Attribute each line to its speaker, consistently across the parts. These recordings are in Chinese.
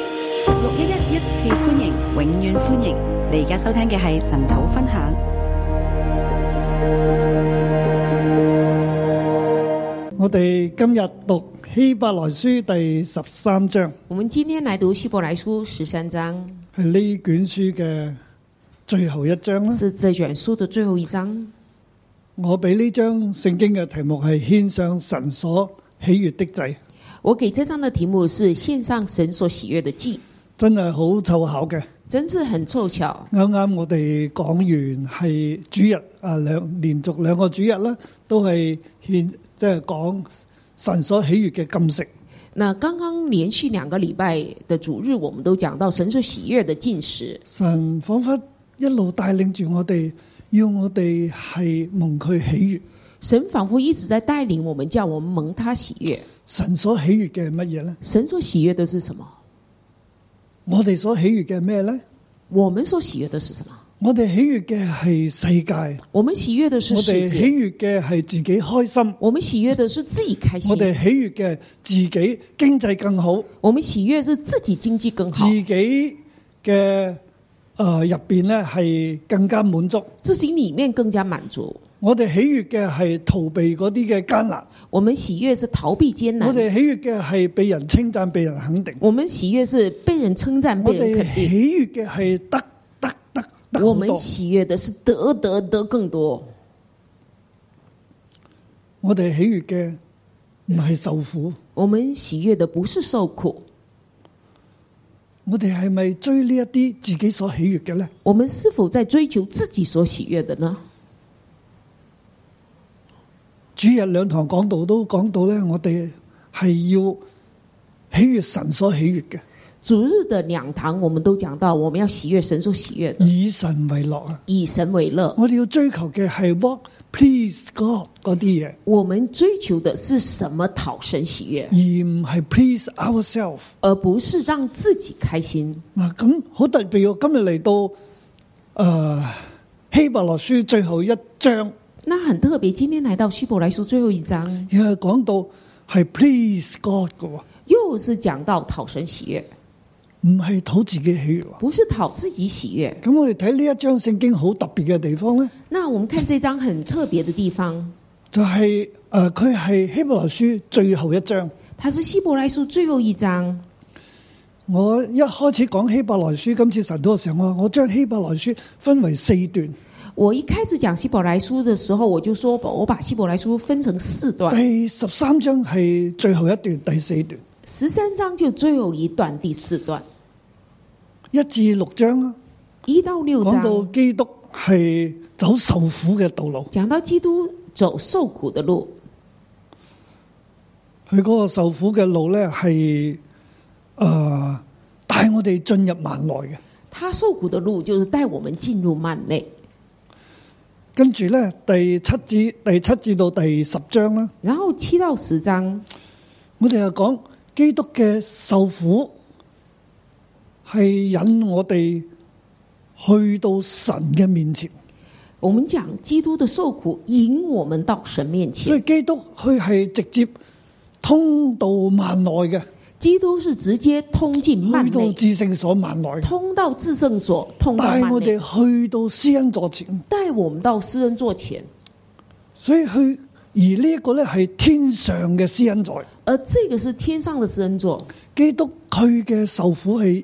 Speaker 1: 六一一一次歡迎，永遠歡迎！你而家收聽嘅係神土分享。
Speaker 2: 我哋今日讀希伯來書第十三章，
Speaker 3: 我们今天来读希伯来书十三章，
Speaker 2: 係呢卷書嘅最後一章啦。
Speaker 3: 是这卷书的最后一章。
Speaker 2: 我俾呢章聖經嘅題目係獻上神所喜悅的祭，
Speaker 3: 我给这章的题目是献上神所喜悦的祭，
Speaker 2: 真係好湊巧嘅。
Speaker 3: 真是很凑巧。
Speaker 2: 啱啱我哋講完係主日啊，兩連續兩個主日啦，都係獻即係講神所喜悅嘅禁食。
Speaker 3: 那刚刚连续两个礼拜的主日，我们都讲到神所喜悦的进食，
Speaker 2: 神彷彿一路帶領住我哋，要我哋係蒙佢喜悅。
Speaker 3: 神仿佛一直在带领我们，叫我们蒙他喜悦。
Speaker 2: 神所喜悅嘅係乜嘢呢？
Speaker 3: 神所喜悦的是什么？
Speaker 2: 我哋所喜悅嘅係咩呢？
Speaker 3: 我们所喜悦的是什么？
Speaker 2: 我哋喜悅嘅係世界，
Speaker 3: 我们喜悦的是
Speaker 2: 我哋
Speaker 3: 世
Speaker 2: 喜
Speaker 3: 界，
Speaker 2: 悅嘅係自己開心，
Speaker 3: 我们喜悦的是自己开心
Speaker 2: 我，哋喜悅嘅自己經濟更好，
Speaker 3: 我们喜悦是自己经济更
Speaker 2: 自
Speaker 3: 好，
Speaker 2: 己嘅誒入邊咧係更加滿足。
Speaker 3: 自己里面更加满足。
Speaker 2: 我哋喜悅嘅係逃避嗰啲嘅艱難，
Speaker 3: 我们喜悦是逃避艰难
Speaker 2: 我，哋喜悅嘅係被人稱讚、被人肯定，
Speaker 3: 我们喜悦是被人称赞、
Speaker 2: 我
Speaker 3: 被人
Speaker 2: 哋
Speaker 3: 肯定。
Speaker 2: 喜悅嘅係得得得得
Speaker 3: 我
Speaker 2: 好
Speaker 3: 们
Speaker 2: 多，
Speaker 3: 喜悦的是得得得更多，
Speaker 2: 我哋喜悅嘅唔係受苦。
Speaker 3: 我们喜悦的不是受苦。
Speaker 2: 我哋係咪追呢一啲自己所喜悅嘅呢？
Speaker 3: 我们是否在追求自己所喜悦的呢？
Speaker 2: 主日兩堂講道都講到咧，我哋係要喜悅神所喜悅嘅，
Speaker 3: 主日的两堂我们都讲到，我们要喜悦神所喜悦的，
Speaker 2: 以神為樂啊！
Speaker 3: 以神为乐。
Speaker 2: 我哋要追求嘅係 what please God 嗰啲嘢，
Speaker 3: 我们追求的是什么讨神喜悦，
Speaker 2: 而唔係 please ourselves
Speaker 3: 而不是让自己开心。
Speaker 2: 嗱。啊咁好特別喎，今日嚟到誒、呃希伯來書最後一章，
Speaker 3: 那很特别，今天来到希伯来书最后一章，
Speaker 2: 又係講到係 please God 嘅喎，
Speaker 3: 又是讲到讨神喜悦，
Speaker 2: 唔係討自己喜悅喎。
Speaker 3: 不是讨自己喜悦。
Speaker 2: 咁我哋睇呢一章聖經好特別嘅地方咧。
Speaker 3: 那我们看这张很特别的地方，
Speaker 2: 就係呃佢係希伯來書最後一章。
Speaker 3: 它是希伯来书最后一章。
Speaker 2: 我一開始講希伯來書今次神都嘅時候，我話我將希伯來書分為四段，
Speaker 3: 我一开始讲希伯来书的时候，我就说我把希伯来书分成四段，
Speaker 2: 第十三章係最後一段，第四段
Speaker 3: 十三章就最后一段第四段，
Speaker 2: 一至六章啦，
Speaker 3: 一到六
Speaker 2: 講
Speaker 3: 章
Speaker 2: 到基督係走受苦嘅道路，
Speaker 3: 讲到基督走受苦的路，
Speaker 2: 佢嗰個受苦嘅路咧係誒帶我哋進入萬內嘅。
Speaker 3: 他受苦的路就是带我们进入幔内。
Speaker 2: 跟住咧第七至第七至到第十章啦。
Speaker 3: 然后七到十章，
Speaker 2: 我哋又講基督嘅受苦係引我哋去到神嘅面前，
Speaker 3: 我们讲基督的受苦引我们到神面
Speaker 2: 所
Speaker 3: 前。
Speaker 2: 以基督佢係直接通到萬內嘅，
Speaker 3: 基督是直接通进幔
Speaker 2: 去到
Speaker 3: 内，
Speaker 2: 至聖所萬內嘅，
Speaker 3: 通到至圣所，通到
Speaker 2: 帶
Speaker 3: 幔
Speaker 2: 我
Speaker 3: 内
Speaker 2: 哋。去到施恩座前。
Speaker 3: 带我们到施恩座前，
Speaker 2: 所以佢而呢一個咧係天上嘅施恩座，
Speaker 3: 而这个是天上的施恩座。
Speaker 2: 基督佢嘅受苦係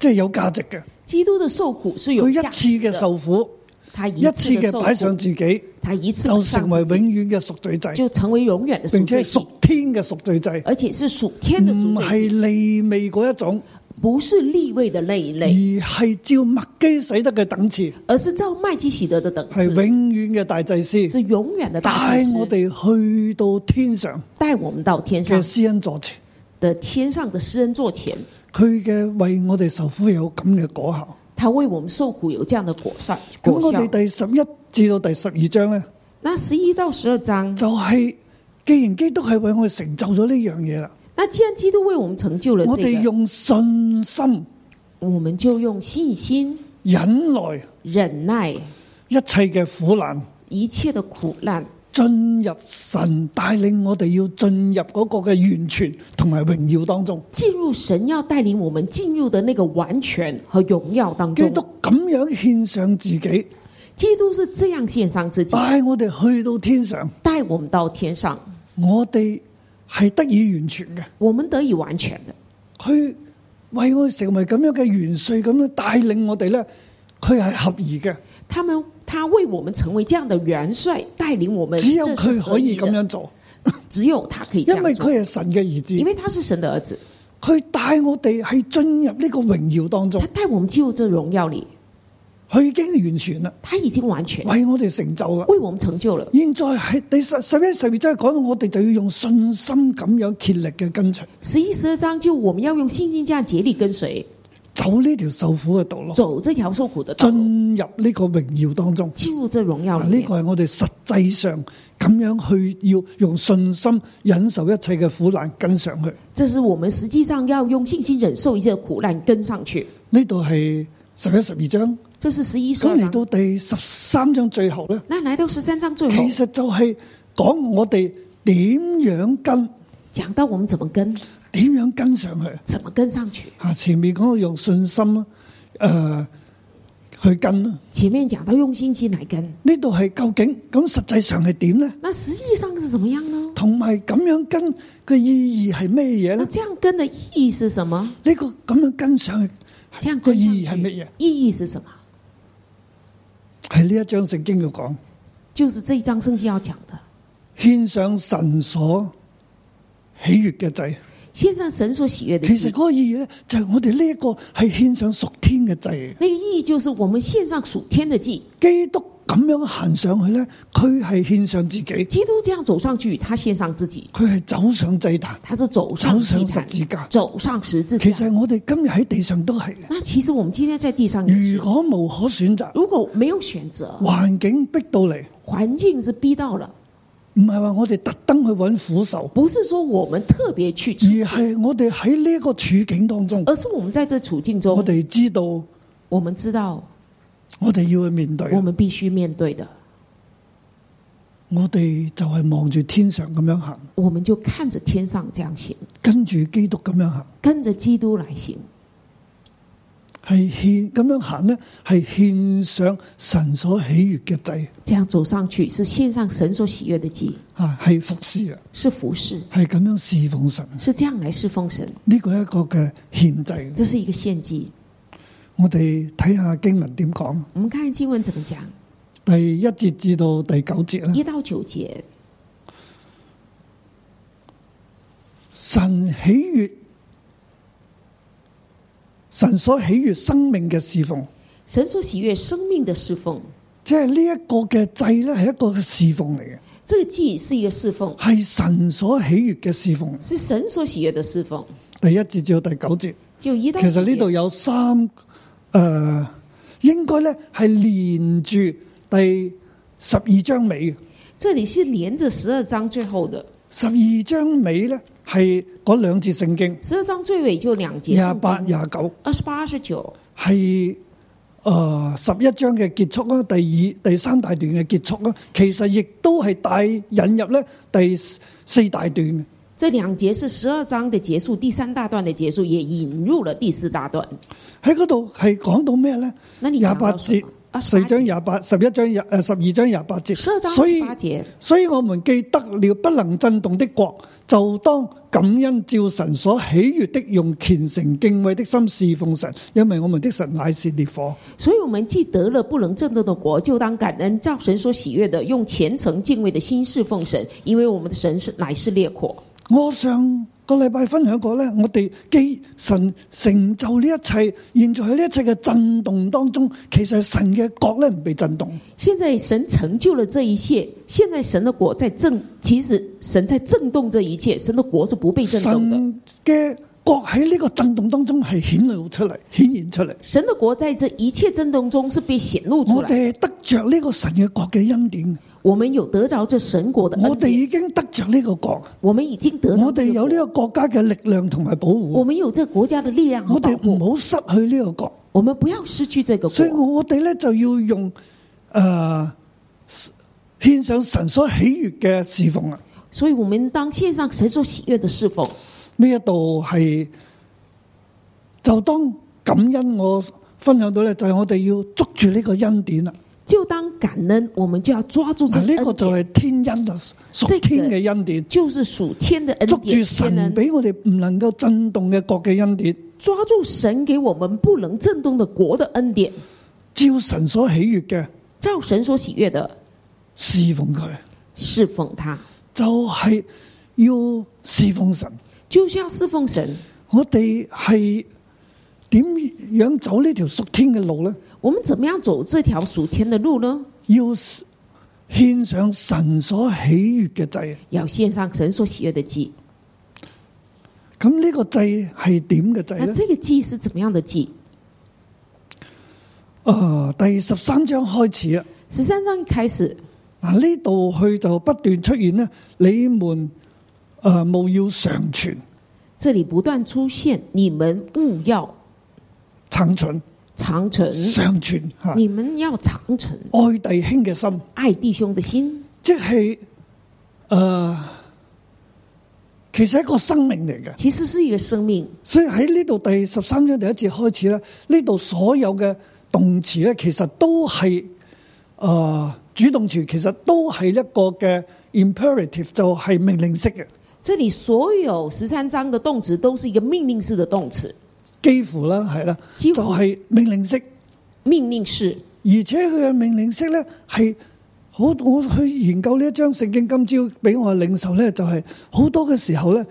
Speaker 2: 即係有價值嘅，
Speaker 3: 基督的受苦是有
Speaker 2: 佢一
Speaker 3: 价值
Speaker 2: 次嘅，
Speaker 3: 的
Speaker 2: 受苦，
Speaker 3: 他一
Speaker 2: 一次
Speaker 3: 的
Speaker 2: 嘅
Speaker 3: 受
Speaker 2: 擺上
Speaker 3: 苦，
Speaker 2: 自己，
Speaker 3: 他一次
Speaker 2: 就
Speaker 3: 地上
Speaker 2: 成為
Speaker 3: 自己
Speaker 2: 永遠嘅贖罪祭。
Speaker 3: 就成为永远的赎
Speaker 2: 並且
Speaker 3: 罪
Speaker 2: 係屬
Speaker 3: 祭，
Speaker 2: 天嘅贖罪祭，
Speaker 3: 而且是属天的赎
Speaker 2: 唔
Speaker 3: 罪祭，
Speaker 2: 係利未嗰一種，
Speaker 3: 不是立位的那一
Speaker 2: 而
Speaker 3: 类，
Speaker 2: 係照麥基洗德嘅等次，
Speaker 3: 而是照麦基喜德的等
Speaker 2: 係
Speaker 3: 次，
Speaker 2: 永遠嘅大祭司，
Speaker 3: 是永远的大
Speaker 2: 帶
Speaker 3: 祭司
Speaker 2: 我哋去到天上
Speaker 3: 带我们到天
Speaker 2: 嘅
Speaker 3: 上
Speaker 2: 施恩座前，
Speaker 3: 的天上的施恩座前，
Speaker 2: 佢嘅為我哋受苦有咁嘅果效。
Speaker 3: 他为我们受苦有这样的果效。
Speaker 2: 咁
Speaker 3: 果
Speaker 2: 我哋
Speaker 3: 效。
Speaker 2: 第十一至到第十二章呢，
Speaker 3: 那十一到十二章，
Speaker 2: 就係既然基督係為我哋成就咗呢樣嘢啦，
Speaker 3: 那既然基督为我们成就了
Speaker 2: 我
Speaker 3: 这
Speaker 2: 哋
Speaker 3: 个，
Speaker 2: 用信心
Speaker 3: 我们就用信心。
Speaker 2: 忍耐
Speaker 3: 忍耐
Speaker 2: 一切嘅苦難，
Speaker 3: 一切的苦难，
Speaker 2: 進入神帶領我哋要進入嗰個嘅完全同埋榮耀當中。
Speaker 3: 进入神要带领我们进入的那个完全和荣耀当中。
Speaker 2: 基督咁樣獻上自己，
Speaker 3: 基督是这样献上自己，
Speaker 2: 帶我哋去到天上，
Speaker 3: 带我们到天上，
Speaker 2: 我哋係得以完全嘅。
Speaker 3: 我们得以完全的。
Speaker 2: 佢為我哋成為咁樣嘅元帥，咁樣帶領我哋咧，佢係合宜嘅。
Speaker 3: 他们他为我们成为这样的元帅，带领我们，
Speaker 2: 只有
Speaker 3: 这是
Speaker 2: 佢可以
Speaker 3: 合
Speaker 2: 咁
Speaker 3: 一的，
Speaker 2: 樣做，
Speaker 3: 只有他可以这
Speaker 2: 因為
Speaker 3: 样做，
Speaker 2: 佢係神嘅兒
Speaker 3: 因
Speaker 2: 子，
Speaker 3: 为他是神的儿子，
Speaker 2: 佢帶我哋係進入呢個榮耀當中
Speaker 3: 他，带我们进入这荣耀里，
Speaker 2: 佢已經完全啦，
Speaker 3: 他已经完全
Speaker 2: 為我哋成就啦。
Speaker 3: 为我们成就了。
Speaker 2: 現在係第十十一、十二章講到，我哋就要用信心咁樣竭力嘅跟隨，
Speaker 3: 十一、十二章就我们要用信心这样竭力跟随，
Speaker 2: 走呢條受苦嘅道路，
Speaker 3: 走这条受苦的道路，
Speaker 2: 進入呢個榮耀當中。
Speaker 3: 进入这荣耀
Speaker 2: 嗱，
Speaker 3: 里
Speaker 2: 呢
Speaker 3: 面。
Speaker 2: 個係我哋實際上咁樣去要用信心忍受一切嘅苦難跟上去。
Speaker 3: 这是我们实际上要用信心忍受一切的苦难跟上去。
Speaker 2: 呢度係十一、十二章，
Speaker 3: 这是十一、十
Speaker 2: 咁
Speaker 3: 二
Speaker 2: 嚟
Speaker 3: 章。
Speaker 2: 到第十三章最後咧，
Speaker 3: 那来到十三章最后
Speaker 2: 其，實就係講我哋點樣跟，
Speaker 3: 讲到我们怎么跟，
Speaker 2: 點樣跟上去。
Speaker 3: 怎么跟上去。
Speaker 2: 吓，前面講到用信心啦，诶、去跟啦。
Speaker 3: 前面讲到用信心来跟，
Speaker 2: 呢度係究竟咁實際上係點呢？
Speaker 3: 那实际上是怎么样呢？
Speaker 2: 同埋咁樣跟嘅意義係咩嘢
Speaker 3: 哎那
Speaker 2: 呢？
Speaker 3: 这样跟的意义是什么？
Speaker 2: 呢、個咁樣跟上去
Speaker 3: 这样
Speaker 2: 個
Speaker 3: 跟上
Speaker 2: 意
Speaker 3: 去
Speaker 2: 義係乜嘢？
Speaker 3: 意義是什么？
Speaker 2: 係呢一章聖經要講，
Speaker 3: 就是这一章圣经要讲的，
Speaker 2: 獻上神所喜悦嘅祭。
Speaker 3: 献上神所喜悦的
Speaker 2: 其實
Speaker 3: 祭
Speaker 2: 嗰。個意義咧，就係我哋呢一個係獻上屬天嘅祭。
Speaker 3: 那个意义就是我们献上属天的祭。
Speaker 2: 基督咁樣行上去咧，佢係獻上自己，佢
Speaker 3: 基督这样走上去，他献上自己，
Speaker 2: 係走上祭壇。
Speaker 3: 他是走上祭
Speaker 2: 走上十字架
Speaker 3: 坛，走上十字
Speaker 2: 其
Speaker 3: 架。
Speaker 2: 實我哋今日喺地上都係嘅。
Speaker 3: 那其实我们今天在地上也是
Speaker 2: 如果無可選擇，
Speaker 3: 如果没有選擇，
Speaker 2: 環境逼到嚟。
Speaker 3: 環境是逼到了，
Speaker 2: 唔係話我哋特登去揾苦受，
Speaker 3: 不是说我們特別去
Speaker 2: 而
Speaker 3: 吃，
Speaker 2: 係我哋喺呢一個處境當中，
Speaker 3: 而是我們在這處境中
Speaker 2: 我，哋知道我
Speaker 3: 我們知道
Speaker 2: 哋要去面對。
Speaker 3: 我們必須面對的，
Speaker 2: 我哋就係望住天上咁樣行，
Speaker 3: 我們就看着天上這樣行，
Speaker 2: 跟住基督咁樣行，
Speaker 3: 跟着基督來行。
Speaker 2: 係獻咁樣行呢，係獻上神所喜悦嘅祭
Speaker 3: 這樣走上去是獻上神所喜悅的祭，
Speaker 2: 啊，係服侍啊，
Speaker 3: 是服侍，
Speaker 2: 係咁樣侍奉神。
Speaker 3: 是這樣來侍奉神，
Speaker 2: 呢個係一個嘅獻祭。
Speaker 3: 這是一個獻祭。
Speaker 2: 我哋睇下經文點講，
Speaker 3: 我們看經文怎麼講，
Speaker 2: 第一節至到第九節啦。
Speaker 3: 一到九節，
Speaker 2: 神喜悦，神所喜悦生命嘅侍奉，
Speaker 3: 神所喜悅生命的侍奉，
Speaker 2: 即系呢一个嘅祭咧，系一个嘅侍奉嚟嘅，
Speaker 3: 這個祭是一個侍奉，
Speaker 2: 系神所喜悦嘅侍奉。
Speaker 3: 是神所喜悅的侍奉。
Speaker 2: 第一節至到第九節，
Speaker 3: 就一到
Speaker 2: 其實
Speaker 3: 九
Speaker 2: 呢
Speaker 3: 節
Speaker 2: 度有三诶、呃，应该咧係連住第十二章尾嘅。
Speaker 3: 这里是连着十二章最后的，
Speaker 2: 十二章尾咧係嗰兩節聖經，
Speaker 3: 十二章最尾就两节
Speaker 2: 廿
Speaker 3: 圣
Speaker 2: 八、
Speaker 3: 经，
Speaker 2: 廿九。
Speaker 3: 二十八、二十九
Speaker 2: 係誒呃十一章嘅結束啦，第二、第三大段嘅結束啦，其實亦都係帶引入咧第四大段嘅。
Speaker 3: 这两节是十二章的结束，第三大段的结束也引入了第四大段。
Speaker 2: 喺嗰度係講到咩咧？
Speaker 3: 那你
Speaker 2: 廿
Speaker 3: 讲
Speaker 2: 八
Speaker 3: 到什
Speaker 2: 節
Speaker 3: 么？二、十
Speaker 2: 四
Speaker 3: 八
Speaker 2: 章
Speaker 3: 节，
Speaker 2: 廿八，十一章廿誒十二章廿八
Speaker 3: 十二
Speaker 2: 節，
Speaker 3: 章
Speaker 2: 所
Speaker 3: 二
Speaker 2: 以
Speaker 3: 十八节，
Speaker 2: 所以我們既得了不能震動的國，就當感恩照神所喜悦的，用虔誠敬畏的心侍奉神，因為我們的神乃是烈火。
Speaker 3: 所以我们既得了不能震动的国，就当感恩，照神所喜悦的，用虔诚敬畏的心侍奉神，因为我们的神是乃是烈火。
Speaker 2: 我上個禮拜分享過咧，我哋既神成就呢一切，現在喺呢一切嘅震動當中，其實神嘅國咧唔被震動。
Speaker 3: 现在神成就了这一切，现在神的国在震，其实神在震动这一切，神的国是不被震动的。
Speaker 2: 神嘅國喺呢個震動當中係顯露出嚟、顯現出嚟。
Speaker 3: 神的国在这一切震动中是被显露出
Speaker 2: 我
Speaker 3: 来。
Speaker 2: 哋得着呢個神嘅國嘅恩典，
Speaker 3: 我们有得着这神国的
Speaker 2: 我
Speaker 3: 恩
Speaker 2: 哋
Speaker 3: 典，
Speaker 2: 已經得着呢個國，
Speaker 3: 我们已经得着
Speaker 2: 我哋
Speaker 3: 这个
Speaker 2: 有
Speaker 3: 国
Speaker 2: 呢個國家嘅力量同埋保
Speaker 3: 我
Speaker 2: 護。
Speaker 3: 们有这国家的力量和
Speaker 2: 我哋
Speaker 3: 保护。
Speaker 2: 唔好失去呢個國。
Speaker 3: 我们不要失去这个
Speaker 2: 所以
Speaker 3: 国，
Speaker 2: 我哋咧就要用诶、呃獻上神所喜悦嘅侍奉啊！
Speaker 3: 所以我们当献上神所喜悦的侍奉，
Speaker 2: 呢一度係就當感恩，我分享到咧，就係我哋要捉住呢個恩典啦。
Speaker 3: 就当感恩，我们就要抓住
Speaker 2: 嗱，
Speaker 3: 这个
Speaker 2: 啊呢個
Speaker 3: 嗯恩
Speaker 2: 就
Speaker 3: 典，呃
Speaker 2: 係天恩啊，屬天嘅恩典，
Speaker 3: 就是属天的
Speaker 2: 捉
Speaker 3: 恩
Speaker 2: 住
Speaker 3: 典，天
Speaker 2: 神
Speaker 3: 恩
Speaker 2: 俾我哋唔能夠震動嘅國嘅恩典，
Speaker 3: 抓住神给我们不能震动的国的恩典，
Speaker 2: 照神所喜悦嘅
Speaker 3: 照神所喜悦的
Speaker 2: 侍奉佢，
Speaker 3: 侍奉他，
Speaker 2: 就係要侍奉神。
Speaker 3: 就是要侍奉神。
Speaker 2: 我哋係點樣走呢條屬天嘅路呢？
Speaker 3: 我们怎么样走这条属天的路呢？
Speaker 2: 要獻上神所喜悦嘅祭。
Speaker 3: 要献上神所喜悦的祭。
Speaker 2: 咁呢個祭係點嘅祭
Speaker 3: 那
Speaker 2: 呢？
Speaker 3: 这个祭是怎么样的祭？
Speaker 2: 啊，第十三章開始啊，
Speaker 3: 十三章一开始，
Speaker 2: 嗱呢度去就不斷出現呢，你們诶务、要常存
Speaker 3: 这里不断出现“你们勿要
Speaker 2: 长存
Speaker 3: 长存”，
Speaker 2: 常存吓，
Speaker 3: 你们要长存
Speaker 2: 爱弟兄嘅心，
Speaker 3: 爱弟兄的心，
Speaker 2: 即係诶、呃其實係一個生命嚟嘅。
Speaker 3: 其实是一个生命。
Speaker 2: 所以喺呢度第十三章第一節開始咧，呢度所有嘅動詞咧，其實都係啊、呃主動詞，其實都係一個嘅 imperative，就係命令式嘅，
Speaker 3: 这里所有十三章的动词都是一个命令式的动词，
Speaker 2: 幾乎啦，係啦，
Speaker 3: 幾
Speaker 2: 就
Speaker 3: 乎
Speaker 2: 係、命令式，
Speaker 3: 命令式。
Speaker 2: 而且佢嘅命令式咧係好，我去研究呢一章聖經，今朝俾我嘅領受咧，就係、好多嘅時候咧，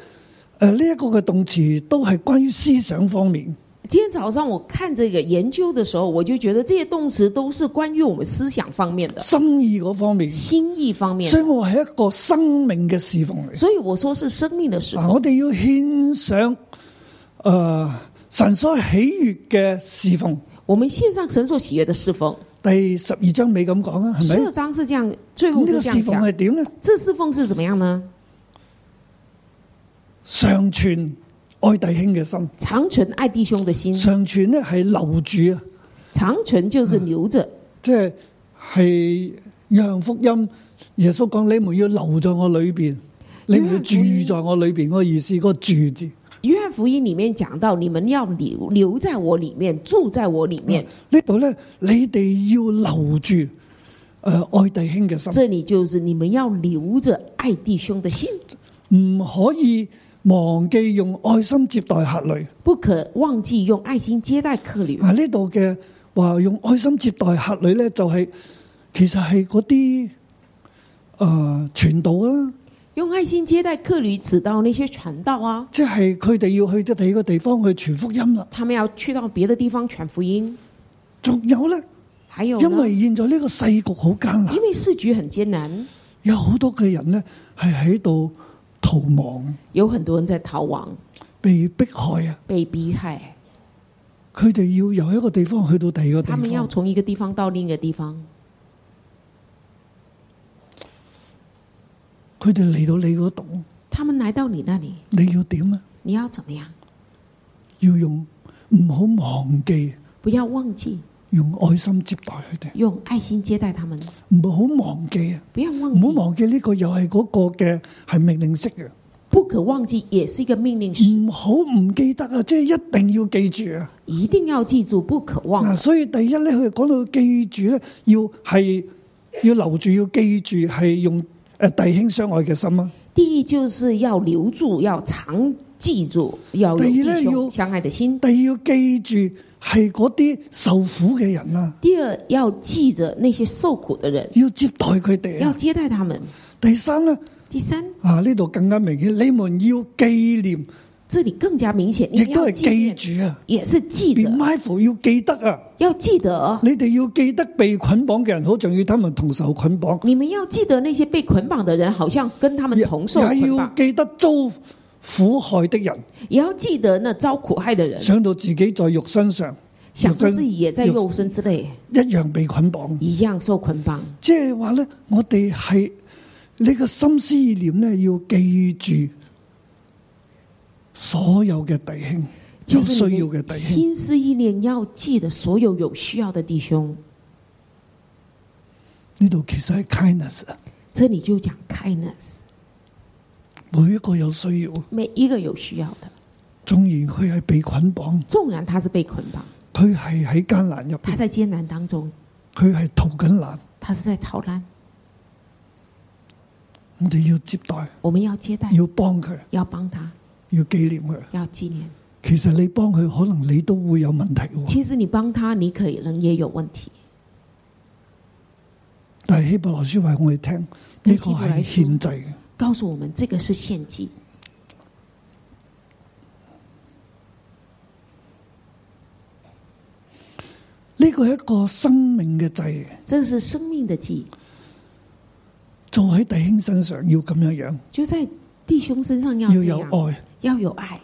Speaker 2: 誒呢一個嘅動詞都係關於思想方面。
Speaker 3: 今天早上我看这个研究的时候，我就觉得这些动词都是关于我们思想方面的、
Speaker 2: 心意嗰方面，
Speaker 3: 心意方面
Speaker 2: 所以
Speaker 3: 的。
Speaker 2: 我係一個生命嘅侍奉嚟。
Speaker 3: 所以我说是生命的时
Speaker 2: 嗱，
Speaker 3: 候，
Speaker 2: 我哋要獻上诶、呃神所喜悦嘅侍奉。
Speaker 3: 我们献上神所喜悦的侍奉。
Speaker 2: 第十二章尾咁講啊，係
Speaker 3: 十
Speaker 2: 咪？
Speaker 3: 二章是这样，最后
Speaker 2: 咁呢
Speaker 3: 是
Speaker 2: 個
Speaker 3: 这
Speaker 2: 侍
Speaker 3: 样
Speaker 2: 奉
Speaker 3: 讲。
Speaker 2: 係點呢？
Speaker 3: 这侍奉是怎么样呢？
Speaker 2: 上傳愛弟兄嘅心，
Speaker 3: 长存爱弟兄的心，
Speaker 2: 上傳呢係留住啊，
Speaker 3: 长存就是留着，
Speaker 2: 即係係讓福音。耶穌講：你們要留在我裏
Speaker 3: 嗯
Speaker 2: 边，你們要住在我裏边。嗰、個意思，嗰、個住字。
Speaker 3: 约翰福音里面讲到，你们要留留在我里面，住在我里面。
Speaker 2: 呢度呢，你哋要留住诶、呃、愛弟兄嘅心。
Speaker 3: 这里就是你们要留着爱弟兄的心，
Speaker 2: 唔可以忘記用愛心接待客旅。
Speaker 3: 不可忘记用爱心接待客旅。
Speaker 2: 啊，呢度嘅話用愛心接待客旅咧，就係其實係嗰啲诶传道啦，
Speaker 3: 用爱心接待客旅，指到那些传道啊，
Speaker 2: 即係佢哋要去啲第二個地方去傳福音啦。
Speaker 3: 他们要去到别的地方传福音。
Speaker 2: 仲有咧，
Speaker 3: 还有呢
Speaker 2: 因啊為現在呢個世局好艱難
Speaker 3: 因，为市局很艰难，
Speaker 2: 有好多嘅人咧係喺度逃亡、
Speaker 3: 有很多人在逃亡、
Speaker 2: 被迫害啊。
Speaker 3: 被逼害，
Speaker 2: 佢哋要由一個地方去到第二個
Speaker 3: 他们
Speaker 2: 地
Speaker 3: 要
Speaker 2: 方，
Speaker 3: 从一个地方到另一个地方。
Speaker 2: 佢哋嚟到你嗰度，
Speaker 3: 他们来到你那里，
Speaker 2: 你要點啊？
Speaker 3: 你要怎么样？
Speaker 2: 要用唔好忘記
Speaker 3: 不要忘记
Speaker 2: 用愛心接待佢哋，
Speaker 3: 用愛心接待他们，
Speaker 2: 唔好忘記啊！
Speaker 3: 不要忘
Speaker 2: 唔好
Speaker 3: 记，
Speaker 2: 忘記呢個又係嗰個嘅係命令式嘅，
Speaker 3: 不可忘记也是一个命令式，
Speaker 2: 唔好唔記得啊！即係一定要記住啊！
Speaker 3: 一定要记住，不可忘
Speaker 2: 嗱，。所以第一咧，佢講到記住咧，要係要留住，要記住係用誒弟兄相愛嘅心啊。
Speaker 3: 第一就是要留住，要常记住，要有
Speaker 2: 第
Speaker 3: 弟
Speaker 2: 二呢要
Speaker 3: 兄相爱的心。
Speaker 2: 第二要記住係嗰啲受苦嘅人啊，
Speaker 3: 第二要记着那些受苦的人，
Speaker 2: 要接待佢哋
Speaker 3: 要
Speaker 2: 啊。
Speaker 3: 接待他们。
Speaker 2: 第三咧
Speaker 3: 第三，
Speaker 2: 啊，呢度更加明顯，你們要紀念，
Speaker 3: 这里更加明显，你
Speaker 2: 亦
Speaker 3: 们
Speaker 2: 都
Speaker 3: 要
Speaker 2: 係
Speaker 3: 纪念，
Speaker 2: 記住啊。
Speaker 3: 也是记
Speaker 2: Be
Speaker 3: 着，
Speaker 2: mindful，要記得啊！
Speaker 3: 要记得，哦
Speaker 2: 你哋要記得被捆綁嘅人，好像與他們同受捆綁。
Speaker 3: 你们要记得那些被捆绑的人，好像跟他们
Speaker 2: 也哎
Speaker 3: 同受
Speaker 2: 也
Speaker 3: 捆
Speaker 2: 要
Speaker 3: 绑，
Speaker 2: 記得遭苦害的人，
Speaker 3: 也要记得那遭苦害的人，
Speaker 2: 想到自己在肉身上
Speaker 3: 想
Speaker 2: 肉
Speaker 3: 着
Speaker 2: 身
Speaker 3: 自己也在
Speaker 2: 肉
Speaker 3: 肉身之内。
Speaker 2: 一樣被捆綁。
Speaker 3: 一样受捆绑。
Speaker 2: 即係話咧，我哋係呢個心思意念咧，要記住所有嘅弟兄，有
Speaker 3: 就是
Speaker 2: 需
Speaker 3: 你
Speaker 2: 要嘅
Speaker 3: 的
Speaker 2: 弟兄。
Speaker 3: 心思意念要记得所有有需要的弟兄，
Speaker 2: 呢度其實係 kindness 啊，
Speaker 3: 这里就讲 kindness，
Speaker 2: 每一個有需要，
Speaker 3: 每一個有需要的，
Speaker 2: 縱然佢係被捆綁，
Speaker 3: 縱然他是被捆綁，
Speaker 2: 佢係喺艱難入
Speaker 3: 他
Speaker 2: 邊，
Speaker 3: 在艱難當中，
Speaker 2: 佢係逃緊難，
Speaker 3: 他是在逃難，
Speaker 2: 我哋要接待，
Speaker 3: 我們要接待，
Speaker 2: 要幫佢，
Speaker 3: 要幫他，
Speaker 2: 要紀念佢。
Speaker 3: 要紀念。
Speaker 2: 其實你幫佢，可能你都會有問題喎。
Speaker 3: 其實你幫他，你可能也有問題。
Speaker 2: 但係希伯來書話我哋聽，呢、
Speaker 3: 但
Speaker 2: 個
Speaker 3: 希伯來書
Speaker 2: 係獻祭嘅，
Speaker 3: 告訴我們，這個是獻祭，
Speaker 2: 呢個係一個生命嘅祭嘅，
Speaker 3: 這是生命的祭，
Speaker 2: 做喺弟兄身上要咁樣樣，
Speaker 3: 就在弟兄身上要
Speaker 2: 要
Speaker 3: 這
Speaker 2: 有
Speaker 3: 樣，
Speaker 2: 愛，
Speaker 3: 要有愛，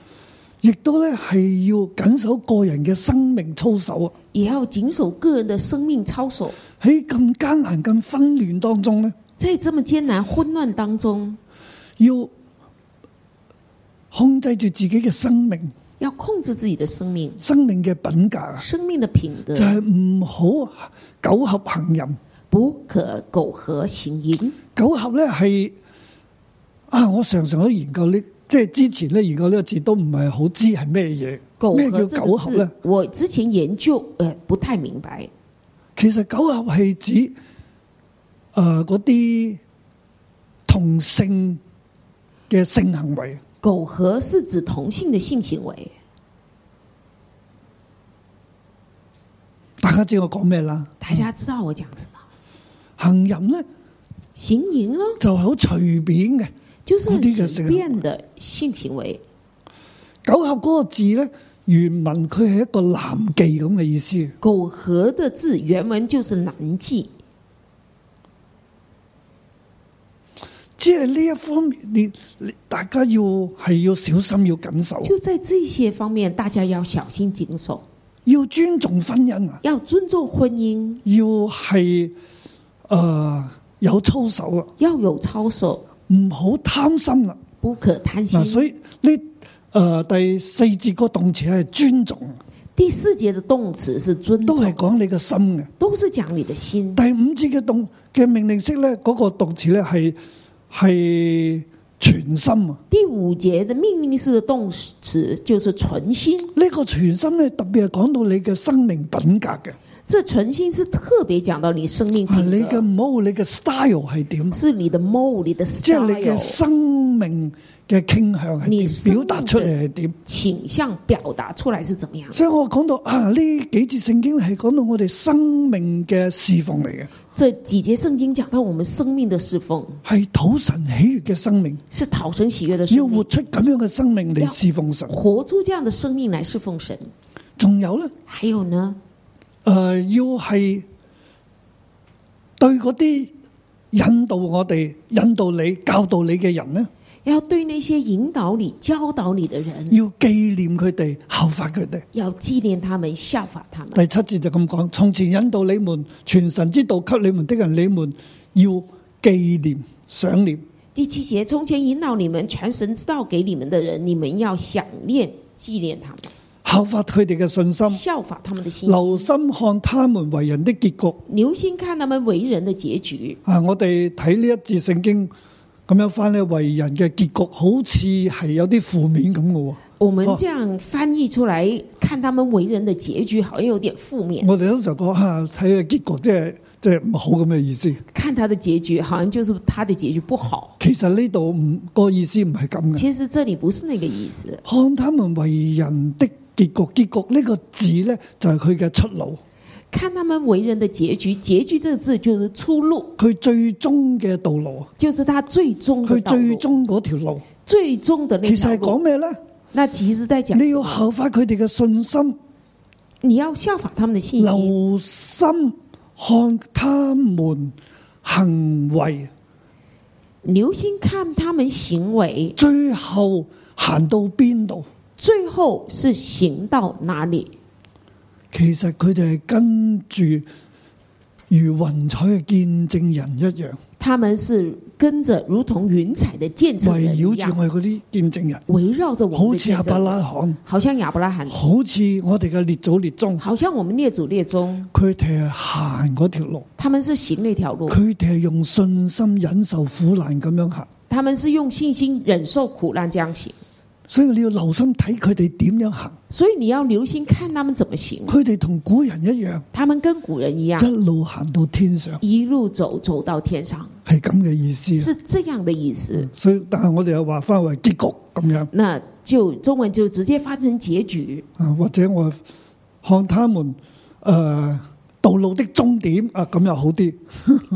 Speaker 2: 亦都咧係要緊守個人嘅生命操守啊！
Speaker 3: 也要謹守個人的生命操守。
Speaker 2: 喺咁艱難、咁紛亂當中咧，
Speaker 3: 在這麼艱難混亂當中，
Speaker 2: 要控制住自己嘅生命、
Speaker 3: 要控制自己的生命，
Speaker 2: 生命嘅品格啊，
Speaker 3: 生命的品格
Speaker 2: 就係唔好苟合行淫。
Speaker 3: 不可苟合行淫。
Speaker 2: 苟合咧係啊，我常常都研究呢，即係之前咧研究呢個字都唔係好知係咩
Speaker 3: 苟
Speaker 2: 嘢，咩
Speaker 3: 合
Speaker 2: 叫
Speaker 3: 這
Speaker 2: 苟
Speaker 3: 個
Speaker 2: 合咧
Speaker 3: 字？，我之前研究，呃，不太明白。
Speaker 2: 其實苟合係指诶嗰啲同性嘅性行為，
Speaker 3: 苟合是指同性的性行為，
Speaker 2: 大家知我講咩啦？
Speaker 3: 大家知道我講什麼？
Speaker 2: 行淫咧
Speaker 3: 行淫呢，
Speaker 2: 就好隨便嘅，
Speaker 3: 就是很
Speaker 2: 那這個是
Speaker 3: 隨便的性行為。
Speaker 2: 苟合嗰個字咧原文佢係一個男妓咁嘅意思，
Speaker 3: 苟合的字原文就是男妓，
Speaker 2: 即係呢一方面，你你大家要係要小心，要謹守，
Speaker 3: 就在這些方面，大家要小心谨守，
Speaker 2: 要尊重婚姻啊！
Speaker 3: 要尊重婚姻，
Speaker 2: 要係诶、呃有操守啊，
Speaker 3: 要有操守，
Speaker 2: 唔好貪心啦。
Speaker 3: 不可貪
Speaker 2: 嗱、
Speaker 3: 心。
Speaker 2: 所以呢诶、呃第四節個動詞係尊重，啊
Speaker 3: 第四節的動詞是尊
Speaker 2: 都係
Speaker 3: 重，
Speaker 2: 講你嘅心嘅。
Speaker 3: 都是講你的心。
Speaker 2: 第五節嘅動嘅命令式咧，嗰、個動詞咧係系全心啊。
Speaker 3: 第五節的命令式的動詞就是存心，
Speaker 2: 呢、個全心咧，特別係講到你嘅生命品格嘅，
Speaker 3: 这存心是特別講到你生命
Speaker 2: 啊，你
Speaker 3: 品
Speaker 2: 嘅
Speaker 3: 格，
Speaker 2: m 你嘅 style 係點啊，
Speaker 3: 是你的 mode，你的
Speaker 2: 即係你
Speaker 3: style
Speaker 2: 嘅生命嘅傾向係
Speaker 3: 你
Speaker 2: 點，
Speaker 3: 生
Speaker 2: 表達出嚟
Speaker 3: 命
Speaker 2: 係點。
Speaker 3: 傾向表達出來是怎麼樣的。
Speaker 2: 所以我講到啊，呢幾節聖經係講到我哋生命嘅侍奉嚟嘅，
Speaker 3: 這幾節聖經講到我們生命的侍奉，
Speaker 2: 係討神喜悦嘅生命，
Speaker 3: 是討神喜悦的
Speaker 2: 要
Speaker 3: 生
Speaker 2: 活
Speaker 3: 命，
Speaker 2: 出咁樣嘅生命嚟侍奉神。
Speaker 3: 活出這樣的生命來侍奉神。
Speaker 2: 仲有咧，
Speaker 3: 還有呢，
Speaker 2: 诶、要係對嗰啲引導我哋、引導你、教導你嘅人咧，
Speaker 3: 要對那些引導你、教導你的人，
Speaker 2: 要紀念佢哋、效法佢哋。
Speaker 3: 要紀念他們、效法他們。
Speaker 2: 第七節就咁講：從前引導你們全神之道給你們的人，你們要紀念、想念。
Speaker 3: 第七節，從前引導你們傳神之道給你們的人，你們要想念、紀念他們，
Speaker 2: 效法佢哋嘅信心，
Speaker 3: 效法他們的心，
Speaker 2: 留心看他們為人的結局。
Speaker 3: 留心看他們為人的結局。
Speaker 2: 啊，我哋睇呢一節聖經咁樣翻呢，為人嘅結局好似係有啲負面咁嘅喎。
Speaker 3: 我們
Speaker 2: 哦
Speaker 3: 這樣翻譯出來，看他們為人的結局，好像有點負面。
Speaker 2: 我哋通常講啊，睇嘅結局即係即係唔好咁嘅意思。
Speaker 3: 看他的結局，好像就是他的結局不好。
Speaker 2: 其實呢度唔個意思唔係咁嘅。
Speaker 3: 其實這裡不是那個意思，
Speaker 2: 看他們為人的結局，結局呢個字呢，就係佢嘅出路，
Speaker 3: 看他們為人的結局，結局這個字就是出路，
Speaker 2: 佢最終嘅道路，
Speaker 3: 就是他最終的
Speaker 2: 佢
Speaker 3: 道路
Speaker 2: 最，終嗰條路，
Speaker 3: 最終的那
Speaker 2: 其實
Speaker 3: 條
Speaker 2: 係講
Speaker 3: 路。
Speaker 2: 咩呢？
Speaker 3: 那其實在講
Speaker 2: 你要
Speaker 3: 什麼
Speaker 2: 效法佢哋嘅信心。
Speaker 3: 你要效法他們的信心，
Speaker 2: 留心看他們行為，
Speaker 3: 留心看他們行為，
Speaker 2: 最後行到邊度？
Speaker 3: 最後是行到哪裡。
Speaker 2: 其實佢哋係跟住如雲彩嘅見證人一樣，
Speaker 3: 他们是跟着如同云彩的见证
Speaker 2: 圍
Speaker 3: 人
Speaker 2: 繞
Speaker 3: 一
Speaker 2: 住
Speaker 3: 样，
Speaker 2: 我哋嗰啲見證人，
Speaker 3: 围绕着我们
Speaker 2: 好
Speaker 3: 的
Speaker 2: 似
Speaker 3: 见
Speaker 2: 亞伯
Speaker 3: 证人，
Speaker 2: 拉罕，
Speaker 3: 好像亚伯拉罕，
Speaker 2: 好似我哋嘅列祖列宗，
Speaker 3: 好像我们列祖列宗，
Speaker 2: 佢哋係行嗰條路，
Speaker 3: 他们是行那条路，
Speaker 2: 佢哋係用信心忍受苦難咁樣行，
Speaker 3: 他们是用信心忍受苦难这样行。
Speaker 2: 所以你要留心睇佢哋點樣行。
Speaker 3: 所以你要留心看他们怎么行，
Speaker 2: 佢哋同古人一樣，
Speaker 3: 他们跟古人一样
Speaker 2: 一，路行到天上，
Speaker 3: 一路走走到天上，
Speaker 2: 係咁嘅意思。啊
Speaker 3: 是这样的意思。
Speaker 2: 所以，但係我哋又話翻為結局咁樣
Speaker 3: 那就中文就直接翻成结局，
Speaker 2: 啊，或者我看他們诶、呃道路的終點啊，咁又好啲。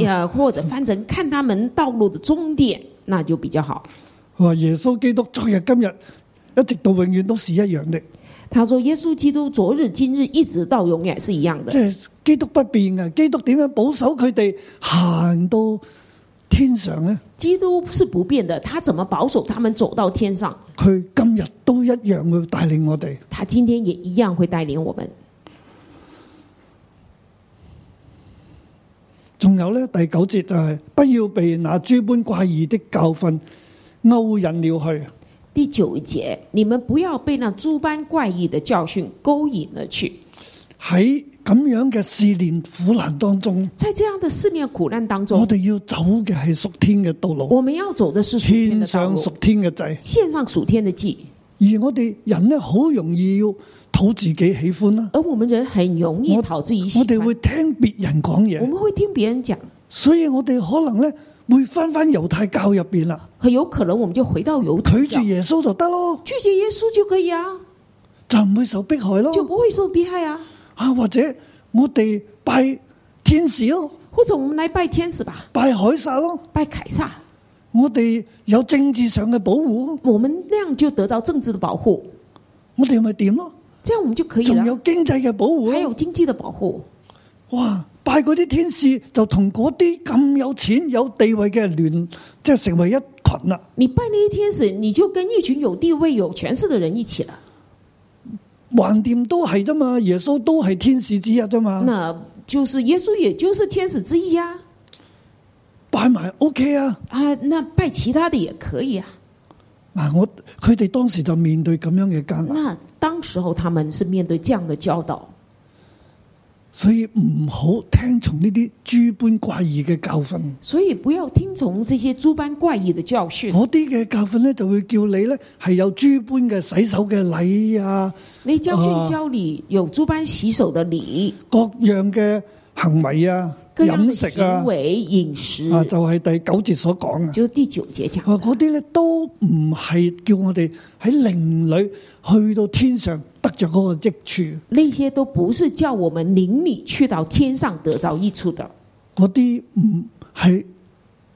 Speaker 3: 呃，或者翻成看他们道路的终点，那就比较好。
Speaker 2: 佢話耶穌基督昨日今日一直到永遠都是一樣的，
Speaker 3: 他说：“耶稣基督昨日、今日一直到永远是一样
Speaker 2: 即
Speaker 3: 的。
Speaker 2: 係基督不變嘅。基督點樣保守佢哋行到天上呢？
Speaker 3: 基督是不变的，他怎么保守他们走到天上？
Speaker 2: 佢今日都一樣會帶領我哋。
Speaker 3: 他今天也一样会带领我们。
Speaker 2: 仲有咧，第九節就係不要被那諸般怪異的教訓勾引了去。
Speaker 3: 第九节，你们不要被那诸般怪异的教训勾引了去。
Speaker 2: 喺咁樣嘅試炼苦難當中，
Speaker 3: 在这样的试炼苦难当中
Speaker 2: 我，哋要走嘅係屬天嘅道路，
Speaker 3: 我们要走的是属天
Speaker 2: 獻
Speaker 3: 的道
Speaker 2: 上
Speaker 3: 路，
Speaker 2: 屬天嘅祭。
Speaker 3: 献上属天的祭。
Speaker 2: 而我哋人咧，好容易要討自己喜歡啦。
Speaker 3: 而我们人很容易
Speaker 2: 我
Speaker 3: 讨自己喜
Speaker 2: 我
Speaker 3: 欢，
Speaker 2: 哋會聽別人講
Speaker 3: 我
Speaker 2: 嘢，
Speaker 3: 们会听别人讲，
Speaker 2: 所以我哋可能咧會翻翻猶太教入邊啦，
Speaker 3: 很有可能我们啊就回到犹太
Speaker 2: 拒
Speaker 3: 教
Speaker 2: 絕，耶穌就得咯，
Speaker 3: 拒绝耶穌就可以啊，
Speaker 2: 就唔會受迫害
Speaker 3: 就
Speaker 2: 咯。
Speaker 3: 不会受逼害啊。
Speaker 2: 啊，或者我哋拜天使咯，
Speaker 3: 或者我们来拜天使吧，
Speaker 2: 拜海撒咯，
Speaker 3: 拜凯撒，
Speaker 2: 我哋有政治上嘅保護咯，
Speaker 3: 我们那样就得到政治的保护，
Speaker 2: 我哋咪點咯？
Speaker 3: 这样我们就可以
Speaker 2: 仲
Speaker 3: 了
Speaker 2: 有。哦經濟嘅保護
Speaker 3: 还
Speaker 2: 咯
Speaker 3: 有。经济的保护，
Speaker 2: 哇！拜嗰啲天使就同嗰啲咁有錢有地位嘅人聯，即係成為一群啦。
Speaker 3: 你拜那些天使，你就跟一群有地位、有权势的人一起了，
Speaker 2: 橫掂都係啫嘛，耶穌都係天使之一啫嘛。
Speaker 3: 那就是耶稣，也就是天使之一啊呀、
Speaker 2: 拜埋 OK 啊！
Speaker 3: 啊。那拜其他的也可以啊。
Speaker 2: 嗱，我佢哋當時就面對咁樣嘅艱難，
Speaker 3: 那当时候他们是面对这样的教导，
Speaker 2: 所以唔好聽從呢啲諸般怪異嘅教訓。
Speaker 3: 所以不要听从这些诸般怪异的教训。
Speaker 2: 嗰啲嘅教訓咧，就會叫你咧係有諸般嘅洗手嘅禮啊，
Speaker 3: 那教
Speaker 2: 啊
Speaker 3: 训教你有诸般洗手的礼，
Speaker 2: 各樣嘅行為啊、
Speaker 3: 各样
Speaker 2: 飲
Speaker 3: 的
Speaker 2: 食啊
Speaker 3: 行，為、饮食，
Speaker 2: 啊就係、第九節所講啊。
Speaker 3: 就是第九节讲
Speaker 2: 啊！嗰啲咧都唔係叫我哋喺靈裏去到天上得着嗰個益處，
Speaker 3: 那些都不是叫我们领你去到天上得着益处的。
Speaker 2: 嗰啲唔係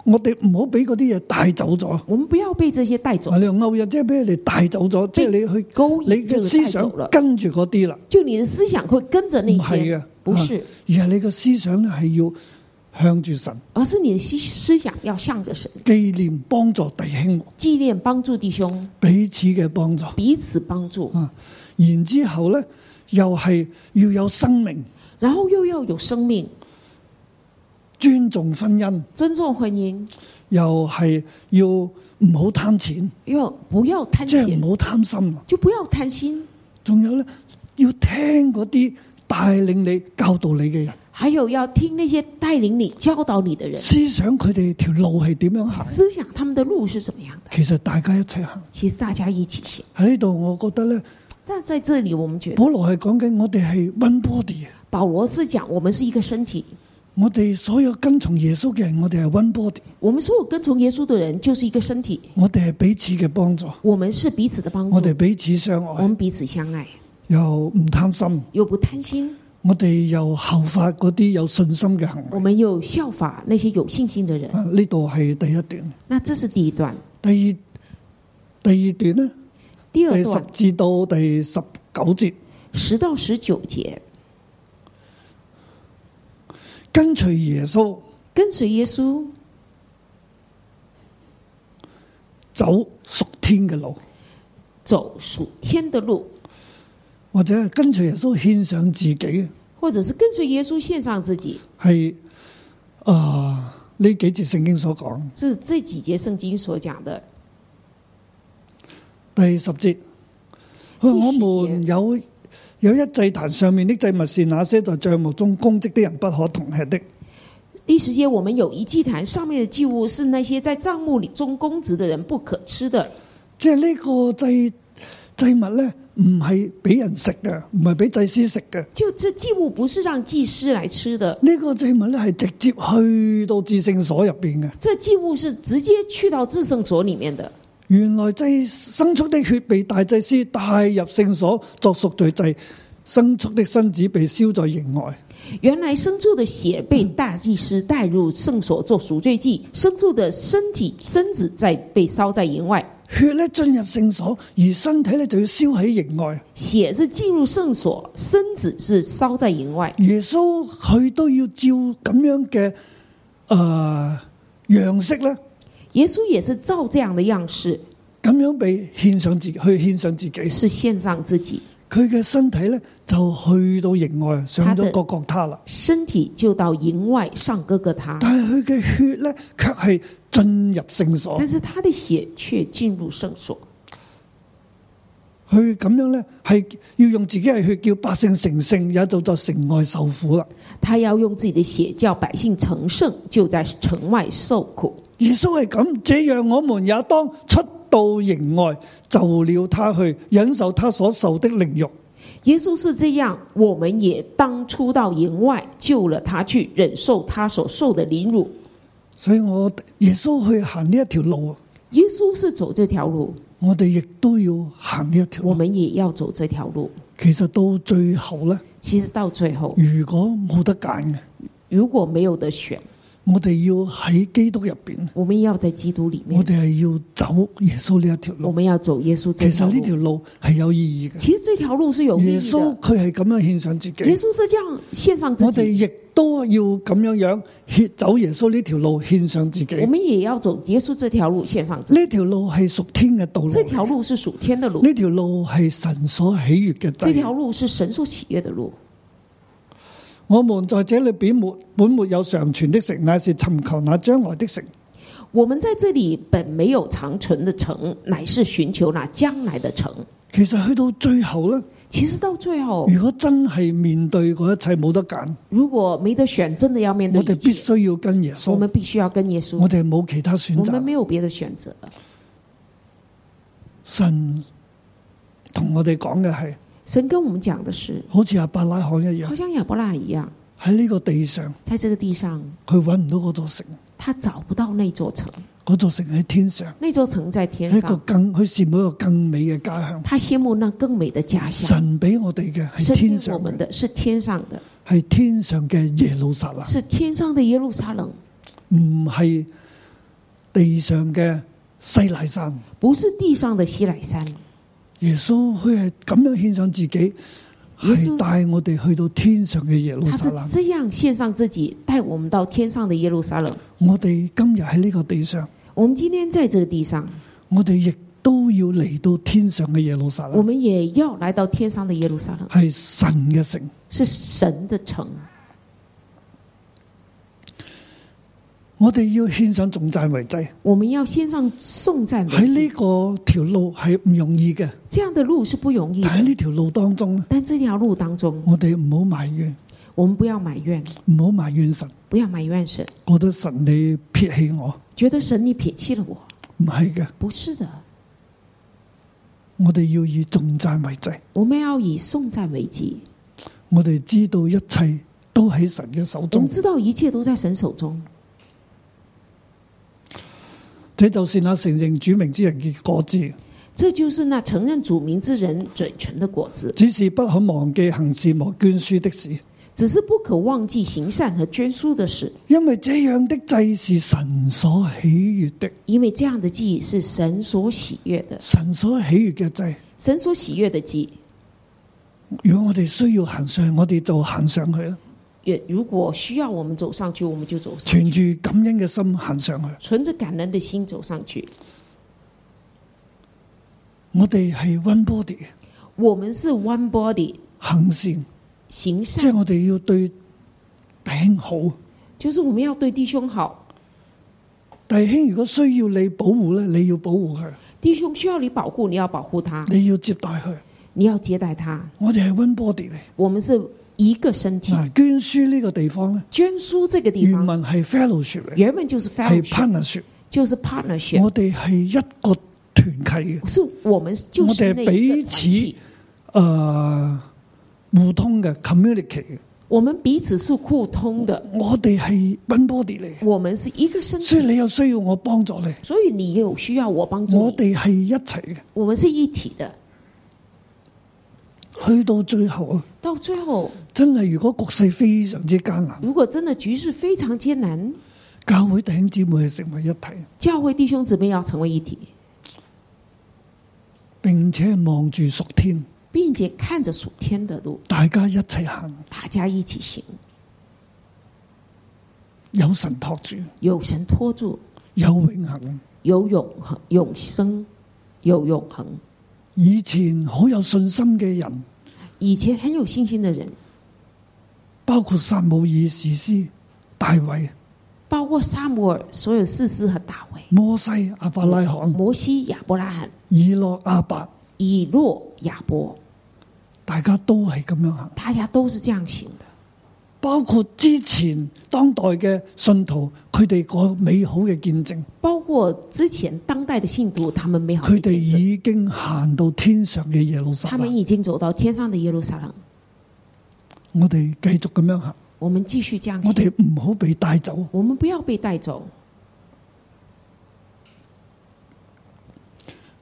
Speaker 2: 我哋唔好俾嗰啲嘢帶走咗。
Speaker 3: 我们不要被这些带走
Speaker 2: 啊！，你用勾引，即係俾你哋帶走咗，即係你去
Speaker 3: 勾
Speaker 2: 你
Speaker 3: 引就
Speaker 2: 嘅
Speaker 3: 是
Speaker 2: 思
Speaker 3: 带
Speaker 2: 想
Speaker 3: 走了，
Speaker 2: 跟住嗰啲啦，
Speaker 3: 就你的思想会跟着那
Speaker 2: 唔係
Speaker 3: 些
Speaker 2: 嘅，，
Speaker 3: 不
Speaker 2: 啊
Speaker 3: 是，
Speaker 2: 而係你嘅思想咧係要向住神
Speaker 3: 而是你的思思想要向着神，
Speaker 2: 紀念幫助弟兄
Speaker 3: 纪念帮助弟兄，
Speaker 2: 彼此嘅幫助，
Speaker 3: 彼此帮助，
Speaker 2: 然之後咧又係要有生命
Speaker 3: 然后又要有生命，
Speaker 2: 尊重婚姻。
Speaker 3: 尊重婚姻，
Speaker 2: 又係要唔好貪錢，
Speaker 3: 要不要贪
Speaker 2: 即係
Speaker 3: 钱
Speaker 2: 唔，好貪心。啊
Speaker 3: 就不要贪心。
Speaker 2: 仲有咧，要聽嗰啲帶領你、教導你嘅人，
Speaker 3: 还有要听那些带领你、教导你的人，
Speaker 2: 思想佢哋條路係點樣行。
Speaker 3: 思想他们的路是怎么样的。
Speaker 2: 其實大家一齊行
Speaker 3: 其实大家一起行，
Speaker 2: 喺呢度，我覺得咧，
Speaker 3: 但在这里我们觉得
Speaker 2: 保羅係講緊我哋係 one body，啊
Speaker 3: 保罗是讲我们是一个身体，
Speaker 2: 我哋所有跟從耶穌嘅人，我哋係 one body，
Speaker 3: 我们所有跟从耶穌的人就是一个身体，
Speaker 2: 我哋係彼此嘅幫助，
Speaker 3: 我们是彼此的帮助，
Speaker 2: 我哋彼此相
Speaker 3: 我
Speaker 2: 愛，
Speaker 3: 们彼此相爱，
Speaker 2: 又唔貪心，
Speaker 3: 又不贪心，
Speaker 2: 我哋又效法嗰啲有信心嘅行為。
Speaker 3: 我们又效法那些有信心的人。
Speaker 2: 啊呢度係第一段。
Speaker 3: 那这是第一段，
Speaker 2: 第二第二段呢，
Speaker 3: 第二
Speaker 2: 第十
Speaker 3: 段
Speaker 2: 至到第十九節，
Speaker 3: 十到十九节，
Speaker 2: 跟隨耶穌
Speaker 3: 跟随耶穌
Speaker 2: 走屬天嘅路，
Speaker 3: 走属天的路，
Speaker 2: 或者係跟隨耶穌獻上自己，
Speaker 3: 或者是跟随耶穌献上自己，
Speaker 2: 係啊、呢幾節聖經所講。
Speaker 3: 这这几节圣经所讲的，
Speaker 2: 第十節，佢話：我
Speaker 3: 第十節
Speaker 2: 們有有一祭壇上面的祭物是那些在帳幕中供職的人不可同吃的。
Speaker 3: 第十节，我们有一祭坛，上面的祭物是那些在帐幕里中公职的人不可吃的。
Speaker 2: 即係呢個祭祭物咧，唔係俾人食嘅，唔係俾祭司食嘅。
Speaker 3: 就这祭物不是让祭司来吃的，
Speaker 2: 呢、個祭物咧係直接去到至聖所入邊嘅。
Speaker 3: 这祭物是直接去到至圣所里面的。
Speaker 2: 原來祭牲畜的血被大祭司帶入聖所作贖罪祭，牲畜的身子被燒在營外。
Speaker 3: 原来牲畜的血被大祭司带入圣所做赎罪祭，牲畜的身体身子在被烧在营外，
Speaker 2: 血咧進入聖所，而身體咧就要燒喺營外。
Speaker 3: 血是进入圣所，身子是烧在营外。
Speaker 2: 耶穌佢都要照咁樣嘅诶样式咧，
Speaker 3: 耶稣也是照这样的样式，
Speaker 2: 咁樣被獻上自去獻上自己。
Speaker 3: 是献上自己，
Speaker 2: 佢嘅身體咧就去到營外，上
Speaker 3: 他
Speaker 2: 咗
Speaker 3: 的
Speaker 2: 各各他啦。
Speaker 3: 身体就到营外上哥哥他，
Speaker 2: 但係佢嘅血咧，卻係進入聖所
Speaker 3: 但。是他的血却进入圣所。
Speaker 2: 佢咁樣咧，係要用自己嘅血叫百姓成聖，也就在城外受苦啦。
Speaker 3: 他要用自己的血叫百姓成圣，就在城外受苦。
Speaker 2: 耶穌係咁，這樣我們也當出到營外，就了他去，忍受他所受的凌辱。
Speaker 3: 耶稣是这样，我们也当初到营外救了他去，忍受他所受的凌辱。
Speaker 2: 所以我耶穌去行呢一條路，
Speaker 3: 耶稣是走这条路，
Speaker 2: 我哋亦都要行呢一條
Speaker 3: 我
Speaker 2: 路。
Speaker 3: 们也要走这条路。
Speaker 2: 其實到最後咧，
Speaker 3: 其实到最后，
Speaker 2: 如果冇得揀嘅，
Speaker 3: 如果没有得选，
Speaker 2: 我哋要喺基督入边，
Speaker 3: 我们要在基督里
Speaker 2: 我
Speaker 3: 面，
Speaker 2: 哋係要走耶穌呢一條
Speaker 3: 我
Speaker 2: 路。
Speaker 3: 们要走耶稣这
Speaker 2: 其實
Speaker 3: 条
Speaker 2: 呢條
Speaker 3: 路。
Speaker 2: 路係有意義嘅。
Speaker 3: 其实这条路是有意
Speaker 2: 耶
Speaker 3: 义
Speaker 2: 穌
Speaker 3: 的。
Speaker 2: 佢係咁樣獻上自己，
Speaker 3: 耶稣是这样献上自
Speaker 2: 我哋
Speaker 3: 己，
Speaker 2: 亦都要咁樣樣獻走耶穌呢條路，獻上自己。
Speaker 3: 我们也要走耶稣这条路，献上自己。
Speaker 2: 呢條路係屬天嘅道路，
Speaker 3: 这条路是属天的路，
Speaker 2: 呢條路係神所喜悅嘅
Speaker 3: 这
Speaker 2: 祭
Speaker 3: 条。路是神所喜悦的路。
Speaker 2: 我們在這裏本沒本沒有常存的城，乃是尋求那將來的城。
Speaker 3: 我们在这里本没有长存的城，乃是寻求那将来的城。
Speaker 2: 其實去到最後呢，
Speaker 3: 其实到最后，
Speaker 2: 如果真係面對嗰一切冇得揀，
Speaker 3: 如果没得选，真的要面对
Speaker 2: 我哋
Speaker 3: 一
Speaker 2: 必
Speaker 3: 切，
Speaker 2: 須要跟耶
Speaker 3: 我
Speaker 2: 穌，
Speaker 3: 们必须要跟耶稣
Speaker 2: 我，哋冇其他選
Speaker 3: 我
Speaker 2: 擇。
Speaker 3: 们没有别的选择。
Speaker 2: 神同我哋講嘅係，
Speaker 3: 神跟我们讲的是，
Speaker 2: 好似阿伯拉罕一樣
Speaker 3: 好像亚伯拉罕一样，
Speaker 2: 喺呢個地上，
Speaker 3: 在这个地上，
Speaker 2: 佢揾唔到嗰座城，
Speaker 3: 他找不到那座城，
Speaker 2: 嗰座城喺天上，
Speaker 3: 那座城在天
Speaker 2: 係一個
Speaker 3: 上，
Speaker 2: 更佢羨慕一個更美嘅家鄉。
Speaker 3: 他羡慕那更美的家乡。
Speaker 2: 神俾我哋嘅係
Speaker 3: 神
Speaker 2: 天
Speaker 3: 给我
Speaker 2: 上
Speaker 3: 们
Speaker 2: 嘅，
Speaker 3: 的是天上的，
Speaker 2: 係天上嘅耶路撒冷，
Speaker 3: 是天上的耶路撒冷，
Speaker 2: 唔係地上嘅西乃山。
Speaker 3: 不是地上的西乃山。
Speaker 2: 耶穌佢係咁樣獻上自己，係
Speaker 3: 穌
Speaker 2: 帶我哋去到天上嘅耶路
Speaker 3: 他
Speaker 2: 撒
Speaker 3: 是
Speaker 2: 冷。
Speaker 3: 这样献上自己，带我们到天上的耶路撒冷。
Speaker 2: 我哋今日喺呢個地上，
Speaker 3: 我们今天在这个地上，
Speaker 2: 我哋亦都要嚟到天上嘅耶路撒
Speaker 3: 我
Speaker 2: 冷，
Speaker 3: 们也要来到天上的耶路撒冷，
Speaker 2: 係神嘅城。
Speaker 3: 是神的城。
Speaker 2: 我哋要獻上重讚為祭。
Speaker 3: 我们要先上颂赞为
Speaker 2: 喺呢
Speaker 3: 祭，
Speaker 2: 個條路係唔容易嘅，
Speaker 3: 这样的路是不容易
Speaker 2: 但喺
Speaker 3: 的。
Speaker 2: 呢條路當中咧，
Speaker 3: 但这条路当中，
Speaker 2: 我哋唔好埋怨，
Speaker 3: 我们不要埋怨，
Speaker 2: 唔好埋怨神。
Speaker 3: 不要埋怨神，
Speaker 2: 覺得神你撇棄我，
Speaker 3: 觉得神你撇弃了我，
Speaker 2: 唔係嘅，
Speaker 3: 不是的。
Speaker 2: 我哋要以重讚為祭。
Speaker 3: 我们要以颂赞为祭。
Speaker 2: 我哋知道一切都喺神嘅手
Speaker 3: 我
Speaker 2: 中
Speaker 3: 们，知道一切都在神手中，
Speaker 2: 這就是那承認主名之人嘅果子。
Speaker 3: 这就是那承认主名之人嘴唇的果子。
Speaker 2: 只是不可忘記行善和捐書的事，
Speaker 3: 只是不可忘记行善和捐书的事，
Speaker 2: 因為這樣的祭是神所喜悅的。
Speaker 3: 因为这样的祭是神所喜悦的，
Speaker 2: 神所喜悅嘅祭，
Speaker 3: 神所喜悦的祭。
Speaker 2: 如果我哋需要行上，我哋就行上去啦，
Speaker 3: 也如果需要我们走上去，我们就走上去，
Speaker 2: 存住感恩嘅心行上去。
Speaker 3: 存着感恩的心走上去。
Speaker 2: 我哋係 one body
Speaker 3: 我们是 one body
Speaker 2: 行善，
Speaker 3: 行
Speaker 2: 即
Speaker 3: 善，
Speaker 2: 係我哋要對弟兄好。
Speaker 3: 就是我们要对弟兄好，
Speaker 2: 弟兄如果需要你保護咧，你要保護佢，
Speaker 3: 弟兄需要你保護，你要保護他，
Speaker 2: 你要接待佢。
Speaker 3: 你要接待他。
Speaker 2: 我哋係 one body 嚟。
Speaker 3: 我們是一個身體。
Speaker 2: 嗱，捐書呢個地方咧，
Speaker 3: 捐書這個地
Speaker 2: 原
Speaker 3: 方
Speaker 2: 文係 fellowship 嚟，
Speaker 3: 原本就是
Speaker 2: 係
Speaker 3: fellowship，
Speaker 2: partnership。
Speaker 3: 就是 partnership，
Speaker 2: 我哋係一個團契嘅，
Speaker 3: 是我們就
Speaker 2: 我
Speaker 3: 是
Speaker 2: 哋
Speaker 3: 那一個團
Speaker 2: 彼
Speaker 3: 體
Speaker 2: 此。诶、呃互通嘅 communicate 嘅。
Speaker 3: 我們彼此是互通的，
Speaker 2: 我哋係 one body 嚟，
Speaker 3: 我們是一個身
Speaker 2: 所以
Speaker 3: 體，
Speaker 2: 你有需要我幫助你，
Speaker 3: 所以你有需要我幫助
Speaker 2: 我
Speaker 3: 你，
Speaker 2: 哋係一齊嘅。
Speaker 3: 我們是一體的。
Speaker 2: 去到最後啊，
Speaker 3: 到最後，
Speaker 2: 真係如果局勢非常之艱難，
Speaker 3: 如果真的局勢非常艱難，
Speaker 2: 教會弟兄姊妹係成為一體，
Speaker 3: 教會弟兄姊妹要成為一體，
Speaker 2: 並且望住屬天，
Speaker 3: 並且看着屬天的路，
Speaker 2: 大家一齊行，
Speaker 3: 大家一起行，
Speaker 2: 有神托住，
Speaker 3: 有神托住，
Speaker 2: 有永恒。
Speaker 3: 有永恆、永生，有永恆。
Speaker 2: 以前好有信心嘅人，
Speaker 3: 以前很有信心的人，
Speaker 2: 包括撒姆耳、士師、大衛、
Speaker 3: 包括撒母耳、所有士师和大卫、
Speaker 2: 摩西、亞伯拉罕、
Speaker 3: 摩西、亚伯拉罕、
Speaker 2: 以諾、亞伯，
Speaker 3: 以诺、亚伯，
Speaker 2: 大家都係咁樣行。
Speaker 3: 大家都是这样行的。
Speaker 2: 包括之前當代嘅信徒，佢哋個美好嘅見證，
Speaker 3: 包括之前当代的信徒，他们美好的
Speaker 2: 佢哋啊
Speaker 3: 见证，
Speaker 2: 已經行到天上嘅耶路撒
Speaker 3: 他们
Speaker 2: 冷。
Speaker 3: 已经走到天上的耶路撒冷。
Speaker 2: 我哋繼續咁樣行，
Speaker 3: 我们继续这样
Speaker 2: 我
Speaker 3: 行，
Speaker 2: 哋唔好被帶走。
Speaker 3: 我们不要被带走，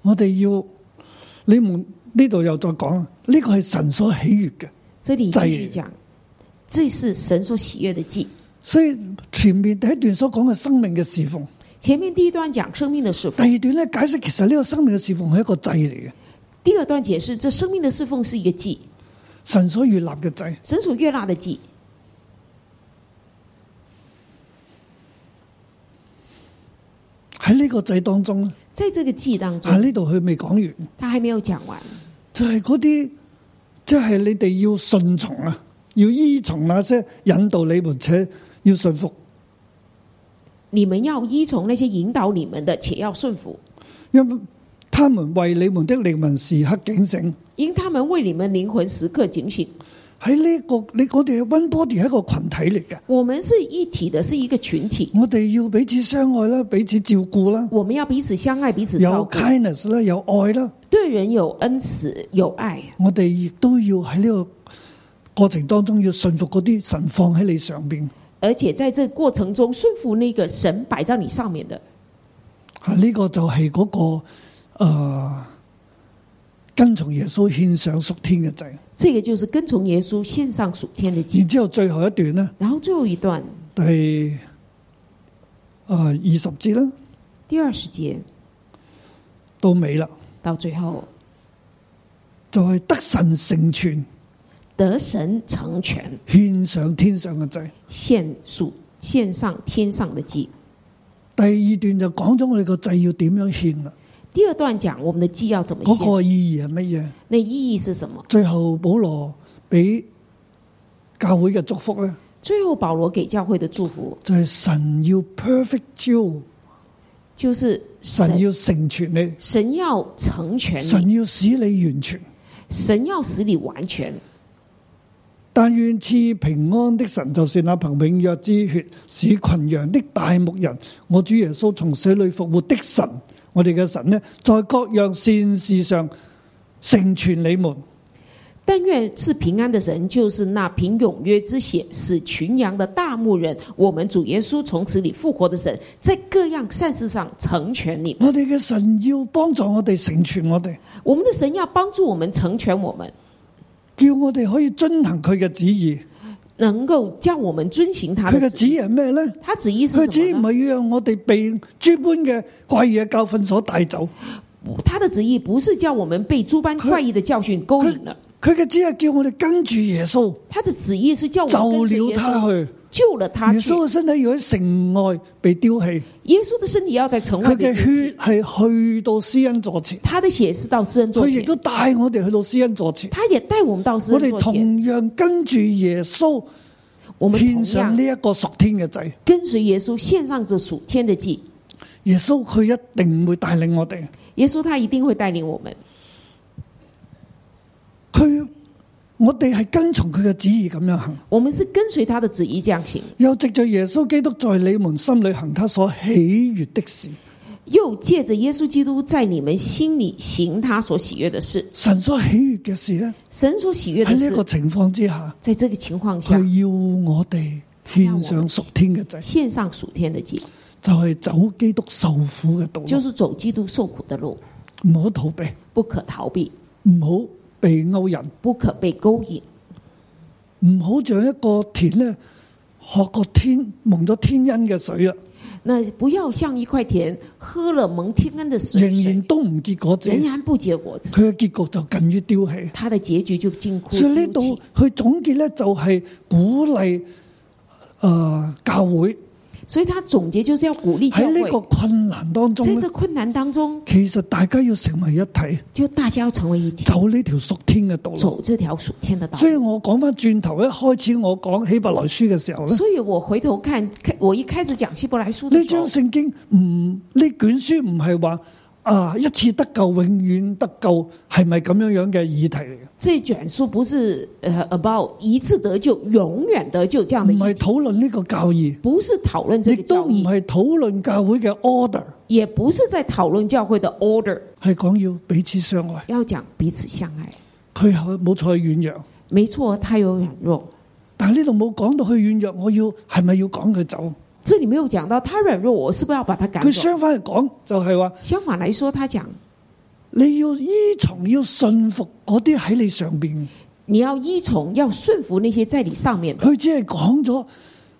Speaker 2: 我哋要你們呢度又再講啦，呢個係神所喜悅嘅。
Speaker 3: 这里
Speaker 2: 在
Speaker 3: 继
Speaker 2: 意
Speaker 3: 续讲，这是神所喜悦的祭。
Speaker 2: 所以前面第一段所講嘅生命嘅侍奉，
Speaker 3: 前面第一段講生命的侍奉，
Speaker 2: 第二段咧解釋其實呢個生命嘅侍奉係一個祭嚟嘅，
Speaker 3: 第二段解釋這生命的侍奉是一個祭，
Speaker 2: 神所預立嘅祭。
Speaker 3: 神所悦納的祭。
Speaker 2: 喺呢個祭當中咧，
Speaker 3: 在這個祭當
Speaker 2: 喺
Speaker 3: 中，
Speaker 2: 呢度佢未講完，
Speaker 3: 他還沒有講完，
Speaker 2: 就係嗰啲即係你哋要順從啊，要依從那些引導你們且要順服，
Speaker 3: 你們要依從那些引導你們的，且要順服，
Speaker 2: 因為他們為你們的靈魂時刻警醒。
Speaker 3: 因他們為你們靈魂時刻警醒。
Speaker 2: 喺呢、個你我哋嘅 one body 係一個群體嚟嘅，
Speaker 3: 我們是一體的，是一個群體，
Speaker 2: 我哋要彼此相愛啦，彼此照顧啦，
Speaker 3: 我們要彼此相愛，彼此照
Speaker 2: 有
Speaker 3: 顧，
Speaker 2: kindness 啦，有愛啦，
Speaker 3: 對人有恩慈，有愛。
Speaker 2: 我哋亦都要喺呢個過程當中要信服嗰啲神放喺你上邊。
Speaker 3: 而且在這過程中順服那個神擺在你上面的，
Speaker 2: 啊！呢、個就係嗰、個个呃跟從耶穌獻上屬天嘅祭。
Speaker 3: 這個就是跟從耶穌獻上屬天的祭
Speaker 2: 然。之後最後一段呢，
Speaker 3: 然後最後一段
Speaker 2: 第呃二十節啦，
Speaker 3: 第二十節
Speaker 2: 到尾啦，
Speaker 3: 到最後，
Speaker 2: 就係得神成全
Speaker 3: 得神成全，
Speaker 2: 獻上天上嘅祭。
Speaker 3: 献属献上天上的祭。
Speaker 2: 第二段就講咗我哋個祭要點樣獻啦，
Speaker 3: 第二段講我們的祭要怎麼
Speaker 2: 嗰、
Speaker 3: 獻，
Speaker 2: 個意義係乜嘢？
Speaker 3: 那意義是什麼？
Speaker 2: 最後保羅俾教會嘅祝福呢，
Speaker 3: 最後保羅給教會的祝福
Speaker 2: 就係神要 perfect you，
Speaker 3: 就是神
Speaker 2: 神要成全你，
Speaker 3: 神要成全你，
Speaker 2: 神要使你完全。
Speaker 3: 神要使你完全。
Speaker 2: 但愿赐平安的神，就是那凭永约之血使群羊的大牧人，我主耶稣从死里复活的神，我哋嘅神呢，在各样善事上成全你们。
Speaker 3: 但愿赐平安的神，就是那凭永约之血使群羊的大牧人，我们主耶稣从此里复活的神，在各样善事上成全你们。
Speaker 2: 我哋嘅神要帮助我哋成全我哋，
Speaker 3: 我们的神要帮助我们成全我们，
Speaker 2: 叫我哋可以遵行佢嘅旨意。
Speaker 3: 能够叫我们遵行他
Speaker 2: 佢
Speaker 3: 的
Speaker 2: 嘅旨
Speaker 3: 旨意。
Speaker 2: 意系咩呢？
Speaker 3: 他旨意
Speaker 2: 佢
Speaker 3: 是
Speaker 2: 嘅旨
Speaker 3: 什
Speaker 2: 意
Speaker 3: 么呢？
Speaker 2: 唔系要让我哋被諸般嘅怪異嘅教訓所帶走，
Speaker 3: 他的旨意不是叫我们被诸般怪异的教训勾引了，
Speaker 2: 佢嘅旨意係叫我哋跟住耶穌，
Speaker 3: 他的旨意是叫我们
Speaker 2: 就
Speaker 3: 哦跟随
Speaker 2: 了
Speaker 3: 耶
Speaker 2: 他
Speaker 3: 稣，
Speaker 2: 去。
Speaker 3: 救了他
Speaker 2: 耶
Speaker 3: 去。
Speaker 2: 穌嘅身體要喺城外被丟棄。
Speaker 3: 耶稣的身体要在城外
Speaker 2: 佢
Speaker 3: 被
Speaker 2: 嘅
Speaker 3: 丢
Speaker 2: 血
Speaker 3: 弃，
Speaker 2: 係去到施恩座前，
Speaker 3: 他的血是到施恩
Speaker 2: 佢
Speaker 3: 座
Speaker 2: 亦
Speaker 3: 前，
Speaker 2: 都帶我哋去到施恩座前。
Speaker 3: 他也带我们到施
Speaker 2: 我
Speaker 3: 恩
Speaker 2: 哋
Speaker 3: 座
Speaker 2: 同
Speaker 3: 前。
Speaker 2: 樣跟住耶穌
Speaker 3: 我们
Speaker 2: 獻
Speaker 3: 同
Speaker 2: 上
Speaker 3: 样
Speaker 2: 呢一個屬天嘅祭，
Speaker 3: 跟随耶稣献上这属天的祭，
Speaker 2: 耶穌佢一定會帶領我哋。
Speaker 3: 耶稣他一定会带领我们。
Speaker 2: 佢我哋係跟從佢嘅旨意咁樣行，
Speaker 3: 我们是跟随他的旨意这样行，
Speaker 2: 又藉着耶穌基督在你們心裏行他所喜悦的事。
Speaker 3: 又借着耶稣基督在你们心里行他所喜悦的事。
Speaker 2: 神所喜悦嘅事呢，
Speaker 3: 神所喜悦
Speaker 2: 喺
Speaker 3: 的
Speaker 2: 哎呢一个
Speaker 3: 事，
Speaker 2: 情況之下，
Speaker 3: 在这个情况
Speaker 2: 佢
Speaker 3: 下
Speaker 2: 要我哋獻上屬天嘅祭，
Speaker 3: 献上属天的祭，
Speaker 2: 就係走基督受苦嘅道
Speaker 3: 就
Speaker 2: 路，
Speaker 3: 是走基督受苦的路，
Speaker 2: 唔好逃避，
Speaker 3: 不可逃避，
Speaker 2: 唔好被勾引。
Speaker 3: 不可被勾引，
Speaker 2: 唔好像一個田咧，學個天蒙咗天恩嘅水啊，
Speaker 3: 那不要像一块田喝了蒙天恩的水，
Speaker 2: 仍然都唔結果子，
Speaker 3: 仍然不结果子，
Speaker 2: 佢嘅結局就近於丟棄。
Speaker 3: 他的结局就近乎
Speaker 2: 所以呢
Speaker 3: 丢
Speaker 2: 度
Speaker 3: 弃。
Speaker 2: 去總結咧，就係鼓勵诶、呃教會
Speaker 3: 所以他总结就是要鼓励教
Speaker 2: 喺呢個
Speaker 3: 会，
Speaker 2: 困難當中
Speaker 3: 在
Speaker 2: 咧
Speaker 3: 这，困难当中，
Speaker 2: 其實大家要成為一體，
Speaker 3: 就大家要成为一体，
Speaker 2: 走呢條屬天嘅道路。
Speaker 3: 走这条属天的道
Speaker 2: 所以
Speaker 3: 路。
Speaker 2: 我講翻轉頭，一開始我講希伯來書嘅時候咧，
Speaker 3: 所以我回头看，看我一开始讲希伯来书的
Speaker 2: 呢
Speaker 3: 时
Speaker 2: 張
Speaker 3: 候，
Speaker 2: 聖經唔呢卷書唔係話啊一次得救永遠得救係咪咁樣樣嘅議題嚟嘅？
Speaker 3: 这卷书不是呃 about 一次得救、永远得救这样的
Speaker 2: 唔
Speaker 3: 意
Speaker 2: 係
Speaker 3: 思，
Speaker 2: 討論呢個教義，
Speaker 3: 不是讨论这
Speaker 2: 亦
Speaker 3: 个
Speaker 2: 都
Speaker 3: 教
Speaker 2: 唔
Speaker 3: 义，
Speaker 2: 係討論教會嘅 order，
Speaker 3: 也不是在讨论教会的 order，
Speaker 2: 係講要彼此相愛。
Speaker 3: 要讲彼此相爱。
Speaker 2: 佢係冇錯係軟弱，
Speaker 3: 没错，他有软弱，
Speaker 2: 但係呢度冇講到佢軟弱，我要係咪要趕佢走？
Speaker 3: 这里没有讲到他软弱，我是不是要把他赶
Speaker 2: 佢
Speaker 3: 走？
Speaker 2: 相反嚟講就係話，
Speaker 3: 相反来说，他讲
Speaker 2: 你要依從，要信服嗰啲喺你上邊。
Speaker 3: 你要依从，要顺服那些在你上面的。
Speaker 2: 佢只係講咗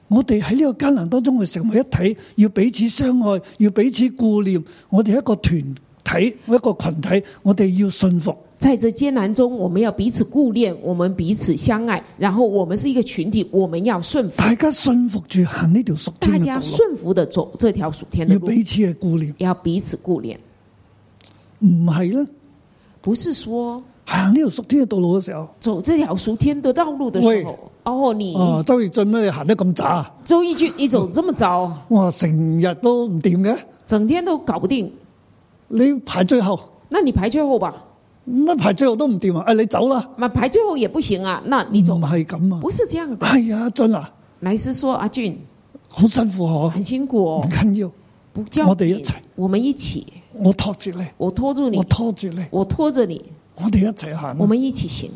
Speaker 2: 我哋喺呢個艱難當中，去成為一體，要彼此相愛，要彼此顧念。我哋一個團體，一個群體，我哋要信服。
Speaker 3: 在这艰难中，我们要彼此顾念，我们彼此相爱，然后我们是一个群体，我们要顺服，
Speaker 2: 大家信服住行呢條屬
Speaker 3: 大
Speaker 2: 天嘅
Speaker 3: 家
Speaker 2: 道路。
Speaker 3: 顺服的走这条属天的
Speaker 2: 要
Speaker 3: 路，
Speaker 2: 彼此嘅顧念，
Speaker 3: 要彼此顾念，
Speaker 2: 唔係咧
Speaker 3: 不是说
Speaker 2: 行呢條屬天嘅道路嘅時候，
Speaker 3: 走这条属天的道路的时候，哦，你
Speaker 2: 哦，周易俊咩？你行得咁渣，
Speaker 3: 周一俊你走这么早，
Speaker 2: 哇，成日都唔掂嘅，
Speaker 3: 整天都搞不定，
Speaker 2: 你排最後，
Speaker 3: 那你排最后吧，
Speaker 2: 乜排最後都唔掂啊！哎，你走啦，
Speaker 3: 那排最后也不行啊，那你
Speaker 2: 唔
Speaker 3: 走吧，
Speaker 2: 係咁啊！
Speaker 3: 不是这样的。
Speaker 2: 哎呀，俊啊，
Speaker 3: 莱斯说：“阿俊
Speaker 2: 好辛苦啊
Speaker 3: 很辛苦
Speaker 2: 唔
Speaker 3: 哦，
Speaker 2: 緊要，
Speaker 3: 不叫
Speaker 2: 我哋一齊
Speaker 3: 我们一起，
Speaker 2: 我托住你，
Speaker 3: 我拖住你
Speaker 2: 我，拖住你，
Speaker 3: 我拖着你，
Speaker 2: 我哋一齊行
Speaker 3: 我
Speaker 2: 啊。
Speaker 3: 们一起行。”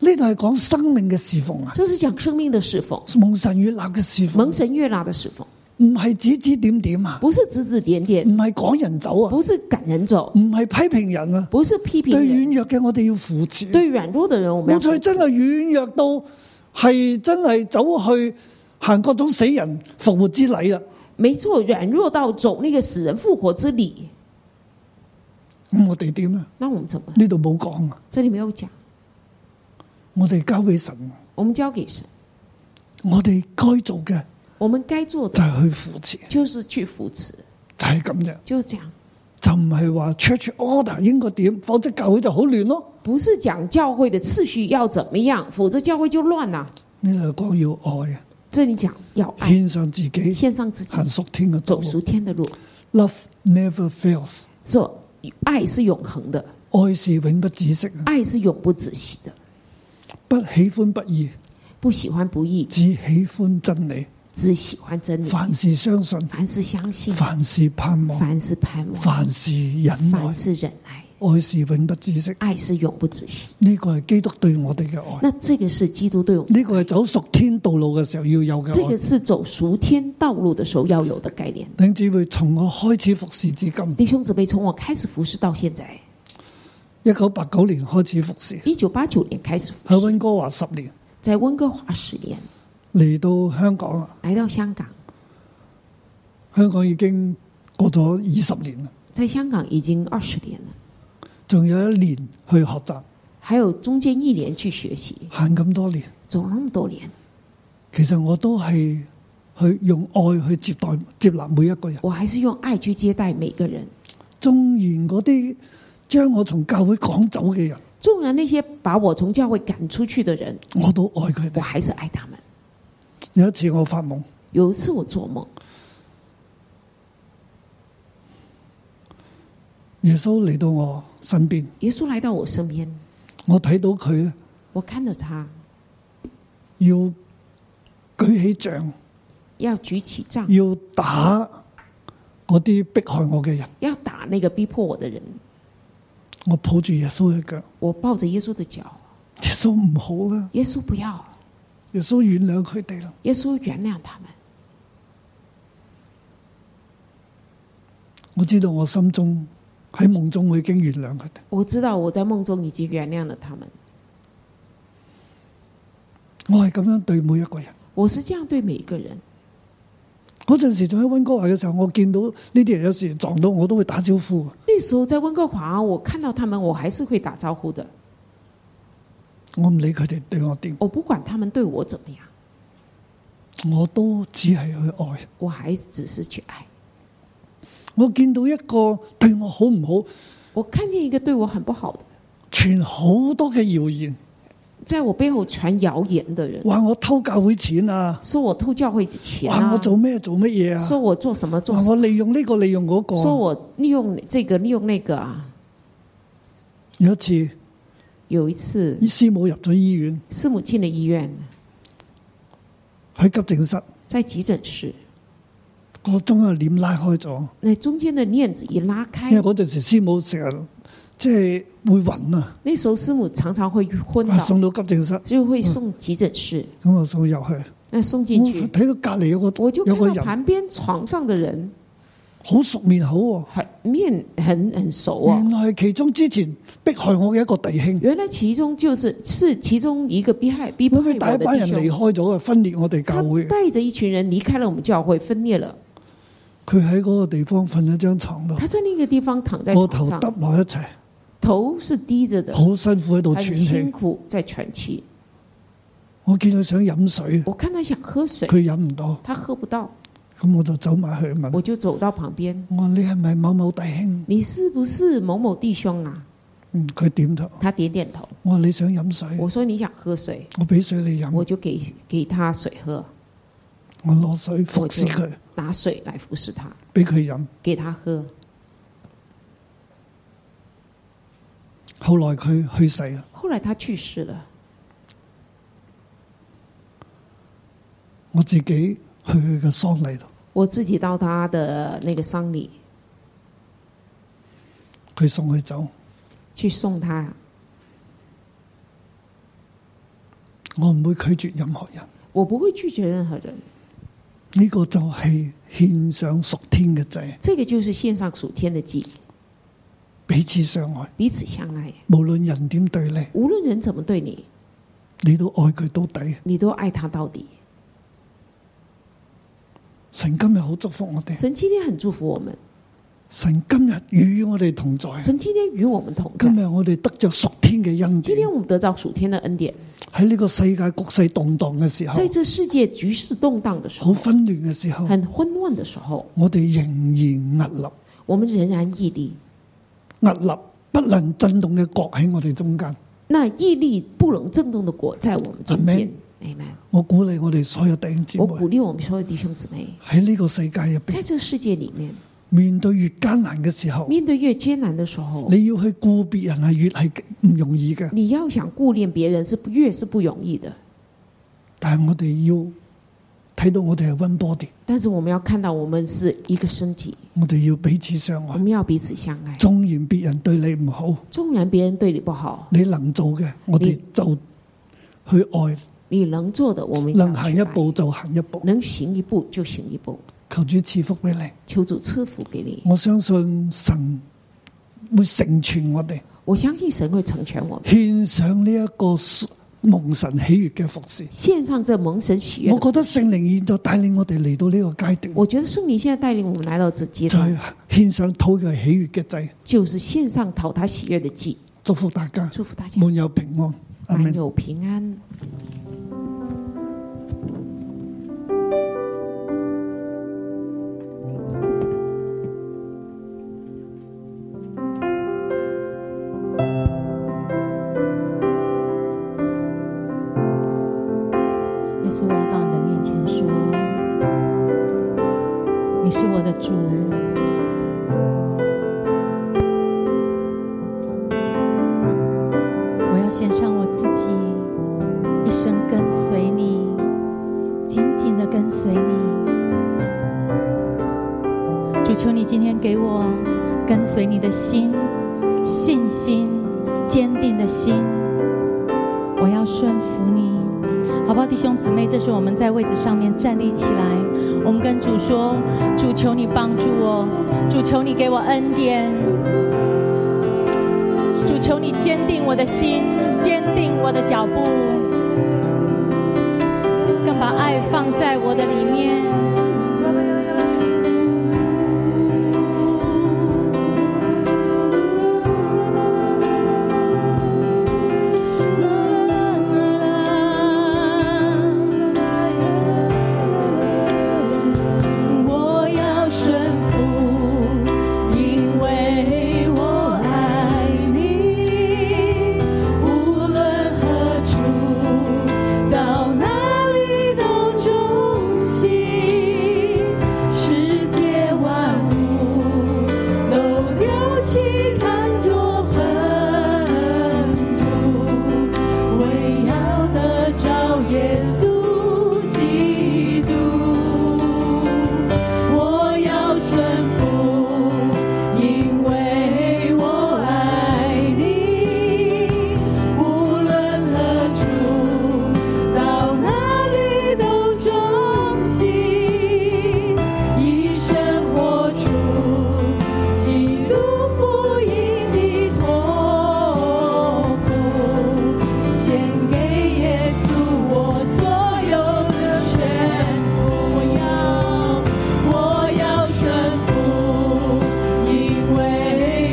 Speaker 2: 呢度係講生命嘅侍奉啊，
Speaker 3: 这是讲生命的侍奉，
Speaker 2: 蒙神悦納嘅侍奉啊
Speaker 3: 蒙，神悦纳的侍奉，
Speaker 2: 唔係指指點點啊，
Speaker 3: 不是指指点
Speaker 2: 唔
Speaker 3: 点，
Speaker 2: 係趕人走啊，
Speaker 3: 不是赶人走，
Speaker 2: 唔係批評人啊，
Speaker 3: 不是批评
Speaker 2: 對
Speaker 3: 人。
Speaker 2: 軟弱嘅我哋要扶持。
Speaker 3: 对软弱的人，我们
Speaker 2: 冇
Speaker 3: 要
Speaker 2: 錯，真係軟弱到係真係走去行各種死人復活之禮啦，啊
Speaker 3: 没错，软弱到走那个死人复活之理，
Speaker 2: 咁我哋點啊？
Speaker 3: 那我们怎么？
Speaker 2: 呢度冇講啊，
Speaker 3: 这里没有讲，
Speaker 2: 我哋交俾神，啊
Speaker 3: 我们交给神，
Speaker 2: 我哋該做嘅
Speaker 3: 我们该做
Speaker 2: 就
Speaker 3: 的
Speaker 2: 係去扶持，
Speaker 3: 就是去扶持，
Speaker 2: 就係咁啫，
Speaker 3: 就是这样，
Speaker 2: 就唔係話 church order 應該點，否則教會就好亂咯。
Speaker 3: 不是讲教会的次序要怎么样，否则教会就乱了、
Speaker 2: 呢度講要愛啊，
Speaker 3: 这里讲要爱，
Speaker 2: 獻上自己，
Speaker 3: 献上自己
Speaker 2: 行，屬天嘅道
Speaker 3: 走
Speaker 2: 路。
Speaker 3: 属天的路，
Speaker 2: Love never fails，
Speaker 3: 这爱是永恒的，
Speaker 2: 愛是永不止息啊，
Speaker 3: 爱是永不止息的。
Speaker 2: 不喜歡不義，
Speaker 3: 不喜欢不义，
Speaker 2: 只喜歡真理。
Speaker 3: 只喜欢真理。
Speaker 2: 凡事相信，
Speaker 3: 凡事相信，
Speaker 2: 凡事盼望。
Speaker 3: 嗯凡事盼望，
Speaker 2: 凡事忍耐
Speaker 3: 凡，事忍耐，
Speaker 2: 愛是永不止息。
Speaker 3: 爱是永不止息。
Speaker 2: 呢個係基督對我哋嘅愛，
Speaker 3: 那这个是基督对我们，
Speaker 2: 呢個係走屬天道路嘅時候要有嘅
Speaker 3: 这个
Speaker 2: 愛。
Speaker 3: 是走熟天道路的时候要有的概念。
Speaker 2: 弟兄姊妹，從我開始服侍至今，
Speaker 3: 弟兄姊妹，从我开始服侍到现在，
Speaker 2: 一九八九年開始服侍，
Speaker 3: 一九八九年开始服
Speaker 2: 喺
Speaker 3: 侍，
Speaker 2: 温哥華十年，
Speaker 3: 在温哥华十年，
Speaker 2: 嚟到香港啦。
Speaker 3: 来到香港，
Speaker 2: 香港已經過咗二十年啦，
Speaker 3: 在香港已经二十年了，
Speaker 2: 仲有一年去學習，
Speaker 3: 还有中间一年去学习，
Speaker 2: 行咁多年，
Speaker 3: 走了那么多年，
Speaker 2: 其實我都係去用愛去接待接納每一個人，
Speaker 3: 我还是用爱去接待每个人。
Speaker 2: 縱然嗰啲將我從教會趕走嘅人，
Speaker 3: 纵然那些把我从教会赶出去的人，
Speaker 2: 我都愛佢
Speaker 3: 我
Speaker 2: 哋。
Speaker 3: 还是爱他们。
Speaker 2: 有一次我發夢。
Speaker 3: 有一次我做梦，
Speaker 2: 耶穌嚟到我身邊，
Speaker 3: 耶稣来到我身边，
Speaker 2: 我睇到佢咧
Speaker 3: 我看着他
Speaker 2: 要舉起杖，
Speaker 3: 要举起杖，
Speaker 2: 要打嗰啲迫害我嘅人。
Speaker 3: 要打那个逼迫我的人。
Speaker 2: 我抱住耶穌嘅腳，
Speaker 3: 我抱着耶稣的脚，
Speaker 2: 耶穌唔好啦，
Speaker 3: 耶稣不要，
Speaker 2: 耶穌原諒佢哋啦。
Speaker 3: 耶稣原谅他们。
Speaker 2: 我知道我心中喺夢中我已經原諒佢哋，
Speaker 3: 我知道我在梦中已经原谅了他们。
Speaker 2: 我係咁樣對每一個人。
Speaker 3: 我是这样对每一个人。
Speaker 2: 嗰陣時仲喺温哥華嘅時候，我見到呢啲人有時撞到我都會打招呼嘅。
Speaker 3: 那时候在温哥华，我看到他们，我还是会打招呼的。
Speaker 2: 我唔理佢哋對我點，
Speaker 3: 我不管他们对我怎么样，
Speaker 2: 我都只係去愛。
Speaker 3: 我还只是去爱。
Speaker 2: 我見到一個對我好唔好，
Speaker 3: 我看见一个对我很不好的，
Speaker 2: 傳好多嘅謠言，
Speaker 3: 在我背后传谣言的人，
Speaker 2: 話我偷教會錢啊，
Speaker 3: 说我偷教会的钱
Speaker 2: 話
Speaker 3: 啊
Speaker 2: 我，做咩做乜嘢啊，
Speaker 3: 说我做什么做
Speaker 2: 話
Speaker 3: 什么，
Speaker 2: 我利用呢個利用嗰、個。
Speaker 3: 说我利用这个利用那个啊。
Speaker 2: 有一次，
Speaker 3: 有一次，
Speaker 2: 師母入咗醫院，
Speaker 3: 师母进了医院，
Speaker 2: 喺急症室
Speaker 3: 在急诊室，
Speaker 2: 個中央簾拉開咗，
Speaker 3: 那中间的链子一拉开
Speaker 2: 因為，嗰陣時師母成日即係會暈啊，
Speaker 3: 那时候师母常常会昏
Speaker 2: 話
Speaker 3: 倒，
Speaker 2: 啊送到急症室，
Speaker 3: 就会送急诊室，
Speaker 2: 咁啊我送入去。
Speaker 3: 那送进
Speaker 2: 我
Speaker 3: 去，
Speaker 2: 睇到隔離有個
Speaker 3: 我就
Speaker 2: 有個
Speaker 3: 看到
Speaker 2: 人
Speaker 3: 旁边床上的人
Speaker 2: 好熟面口喎、
Speaker 3: 很面很很熟哦，
Speaker 2: 原來係其中之前迫害我嘅一個弟兄，
Speaker 3: 原来其中就是是其中一个逼害逼迫
Speaker 2: 咁
Speaker 3: 害
Speaker 2: 佢帶
Speaker 3: 我
Speaker 2: 一班
Speaker 3: 的
Speaker 2: 人
Speaker 3: 弟
Speaker 2: 離
Speaker 3: 兄，
Speaker 2: 開咗啊，分裂我哋
Speaker 3: 他
Speaker 2: 教會。
Speaker 3: 带着一群人离开了我们教会，分裂了。
Speaker 2: 佢喺嗰個地方瞓咗張床度，
Speaker 3: 他在那个地方躺在
Speaker 2: 個
Speaker 3: 床
Speaker 2: 頭
Speaker 3: 上，
Speaker 2: 哦耷落一齊，
Speaker 3: 头是低着的，
Speaker 2: 好辛苦喺度
Speaker 3: 很
Speaker 2: 喘
Speaker 3: 辛
Speaker 2: 氣。
Speaker 3: 苦在喘气。
Speaker 2: 我見佢想飲水，
Speaker 3: 我看他想喝水，
Speaker 2: 佢飲唔到，
Speaker 3: 他喝不到，
Speaker 2: 咁我就走埋去問：
Speaker 3: 我就走到旁边，
Speaker 2: 我話你係咪某某弟兄？
Speaker 3: 你是不是某某弟兄啊？
Speaker 2: 嗯，佢點頭。
Speaker 3: 他点点头。
Speaker 2: 我話你想飲水，
Speaker 3: 我说你想喝水，
Speaker 2: 我俾水你
Speaker 3: 我
Speaker 2: 飲，
Speaker 3: 就给给他水喝，
Speaker 2: 我攞水服侍佢，
Speaker 3: 拿水来服侍他，
Speaker 2: 俾佢飲。
Speaker 3: 给他喝。
Speaker 2: 後來佢去世啊！
Speaker 3: 后来他去世了，
Speaker 2: 我自己去佢嘅喪禮度，
Speaker 3: 我自己到他的那个丧礼
Speaker 2: 佢送佢走。
Speaker 3: 去送他，
Speaker 2: 我唔會拒絕任何人。
Speaker 3: 我不会拒绝任何人。
Speaker 2: 呢、個就係獻上屬天嘅祭，
Speaker 3: 这个就是献上属天的祭，
Speaker 2: 彼此相愛。
Speaker 3: 彼此相爱。
Speaker 2: 無論人點對你，
Speaker 3: 无论人怎么对你，
Speaker 2: 你都愛佢到底。
Speaker 3: 你都爱他到底。
Speaker 2: 神今日好祝福我哋，
Speaker 3: 神今天很祝福我们，
Speaker 2: 神今日與我哋同在。
Speaker 3: 神今天嗯与我们同在
Speaker 2: 今。日我哋得着屬天嘅恩
Speaker 3: 今天
Speaker 2: 典，
Speaker 3: 我们得到属天的恩典，
Speaker 2: 喺呢個世界局勢動盪嘅時候，
Speaker 3: 在这世界局势动荡的时
Speaker 2: 好
Speaker 3: 候，
Speaker 2: 紛亂嘅時候，
Speaker 3: 很混乱的时候，
Speaker 2: 我哋仍然屹立，
Speaker 3: 我们仍然屹立。
Speaker 2: 屹立不能震動嘅國喺我哋中間。
Speaker 3: 那屹立不能震动的果在我们中间。Amen。
Speaker 2: 我鼓勵我哋所有弟兄姊妹
Speaker 3: 我鼓励我们所有弟兄姊妹，
Speaker 2: 喺呢個世界入邊，
Speaker 3: 在这世界里面，
Speaker 2: 面對越艱難嘅時候，
Speaker 3: 面对越艰难的时候，
Speaker 2: 你要去顧別人係啊越係唔容易嘅。
Speaker 3: 你要想顾念别人是不越是不容易的。
Speaker 2: 但係我哋要睇到我哋係 one body，
Speaker 3: 但是我们要看到，我们是一个身体，
Speaker 2: 我哋要彼此相
Speaker 3: 我
Speaker 2: 愛。
Speaker 3: 们要彼此相爱。
Speaker 2: 縱然別人對你唔好，
Speaker 3: 纵然别人对你不好，
Speaker 2: 你能做嘅，我哋
Speaker 3: 嗯
Speaker 2: 就去愛，
Speaker 3: 你能做的，我们要
Speaker 2: 能行
Speaker 3: 去
Speaker 2: 一
Speaker 3: 爱
Speaker 2: 步就行一步。
Speaker 3: 能行一步就行一步。
Speaker 2: 求主賜福俾你，
Speaker 3: 求主赐福给你。
Speaker 2: 我相信神會成全我哋，
Speaker 3: 我相信神会成全我们，
Speaker 2: 獻上呢一個蒙神喜悦嘅服侍。
Speaker 3: 献上这蒙神喜悦
Speaker 2: 我
Speaker 3: 的。
Speaker 2: 覺得聖靈現在帶領我哋嚟到呢個階段，
Speaker 3: 我觉得圣灵现在带领我们来到这阶
Speaker 2: 就
Speaker 3: 段，
Speaker 2: 係獻上討佢喜悦嘅祭，
Speaker 3: 就是献上讨他喜悦的祭。
Speaker 2: 祝福大家，
Speaker 3: 祝福大家，
Speaker 2: 滿有平安。阿
Speaker 3: 满
Speaker 2: 門。
Speaker 3: 有平安。
Speaker 4: 耶稣，我要到你的面前说，你是我的主，主求你今天给我跟随你的心、信心、坚定的心，我要顺服你，好不好，弟兄姊妹？这时候我们在位置上面站立起来，我们跟主说：主求你帮助我，主求你给我恩典，主求你坚定我的心，坚定我的脚步，更把爱放在我的里面。我要顺服，因为我爱你。无论何处，到哪里都忠心。世界万物都丢弃，看作粪土。为要得着耶稣基督，我要顺服，因为我爱你。无论何处，到哪里都忠心，一生活出基督福音的托付。献给耶稣我所有的全部，要我要顺服，因为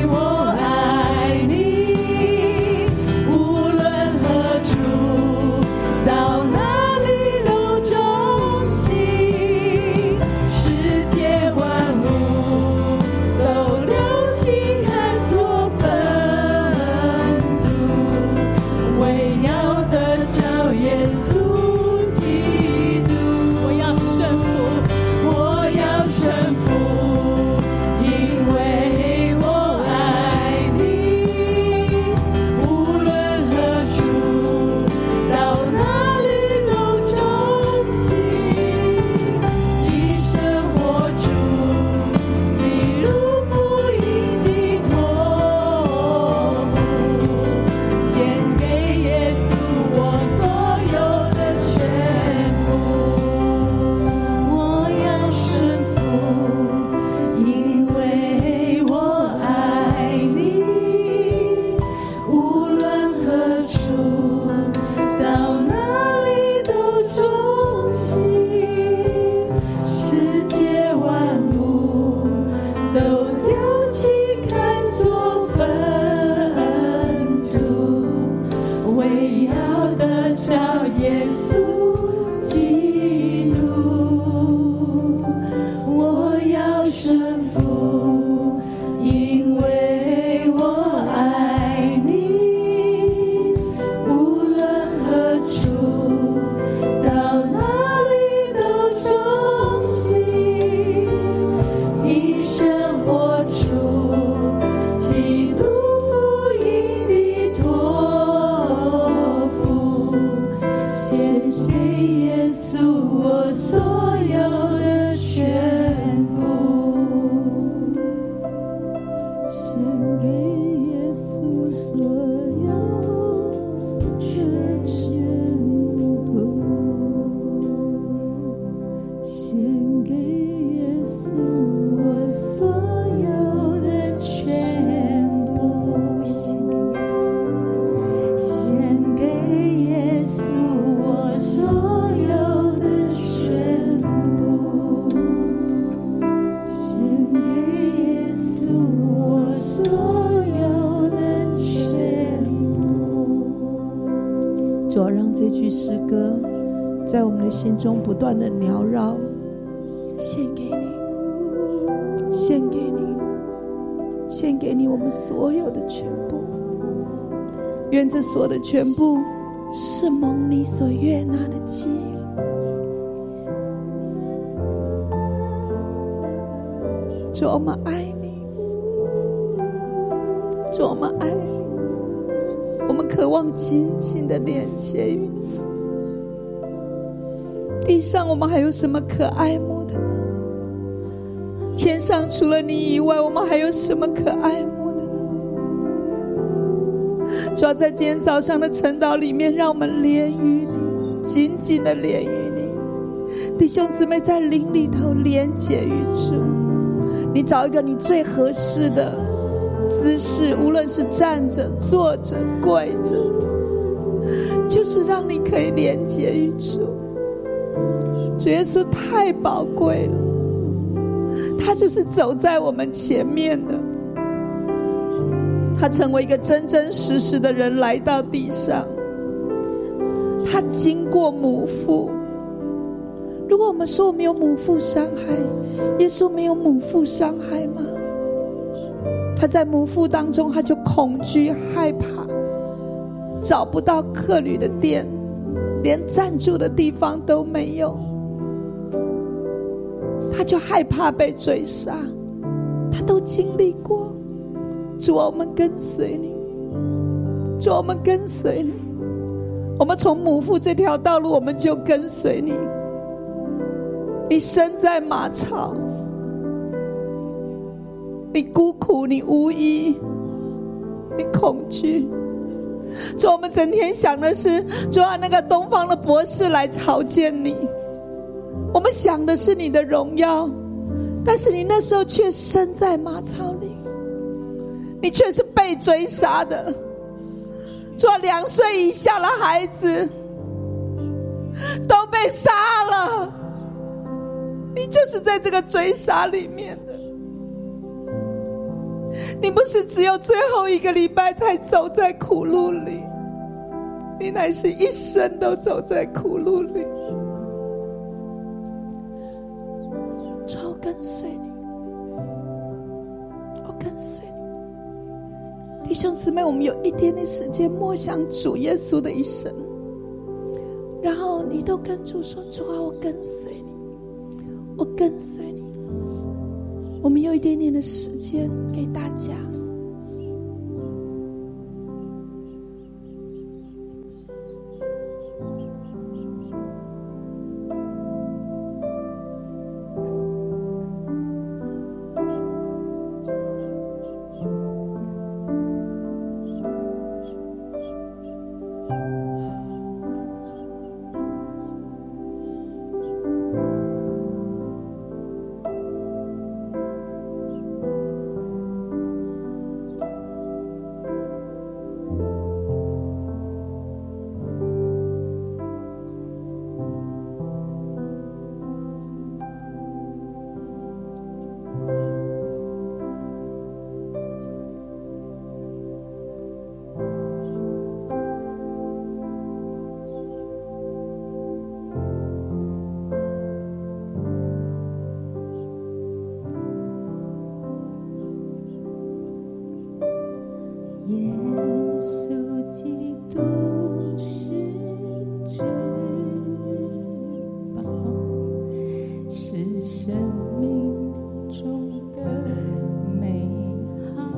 Speaker 4: 我爱你。无论何处，到哪里都忠心。世界万物都留情看作粪土。为要得着耶稣基督，我要顺服，我要顺服，因为我爱你。无论何处，到哪里都忠心，一生活出基督福音的托付。献给耶稣我所有的全部，我要顺服，因为我爱你。无论何处，到哪里都忠心。世界万物都丢弃，看作粪土，为要得着耶稣基督，我要顺服，因为我爱你。无论何处，到哪里都忠心，一生活出基督福音的托付。谢谢耶稣，我所有的全部。献给耶稣所有的全部，献给耶稣我所有的全部，献给耶稣我所有的全部。献给耶稣，我所有的全部。
Speaker 5: 主要啊让这句诗歌在我们的心中不断的缭绕，献给你，献给你，献给你我们所有的全部。愿这所有的全部是蒙你所悦纳的祭。主，我们爱你，主，我们爱你。我们渴望紧紧的连接于你。地上我们还有什么可爱慕的呢？天上除了你以外，我们还有什么可爱慕的呢？主要啊在今天早上的晨祷里面，让我们怜于你，紧紧的怜于你，弟兄姊妹在灵里头连结于主。你找一个你最合适的姿势，无论是站着、坐着、跪着，就是让你可以连接于主。主耶稣太宝贵了。他就是走在我们前面的。他成为一个真真实实的人来到地上，他经过母父。如果我们说我们有母父伤害，耶稣没有母父伤害吗？他在母父当中，他就恐惧、害怕，找不到客旅的店，连暂住的地方都没有。他就害怕被追杀，他都经历过。主啊，我们跟随你，主啊，我们跟随你，我们从母父这条道路，我们就跟随你。你身在马槽，你孤苦，你无依，你恐惧。主啊，我们整天想的是，主啊，那个东方的博士来朝见你。我们想的是你的荣耀，但是你那时候却身在马槽里，你却是被追杀的。做两岁以下的孩子都被杀了，你就是在这个追杀里面的。你不是只有最后一个礼拜才走在苦路里，你乃是一生都走在苦路里。主我跟随你，我跟随你。弟兄姊妹，我们有一点点时间默想主耶稣的一生，然后你都跟主说：“主啊，我跟随你，我跟随你。”我们有一点点的时间给大家。
Speaker 4: 耶稣基督是至宝，是生命中的美好，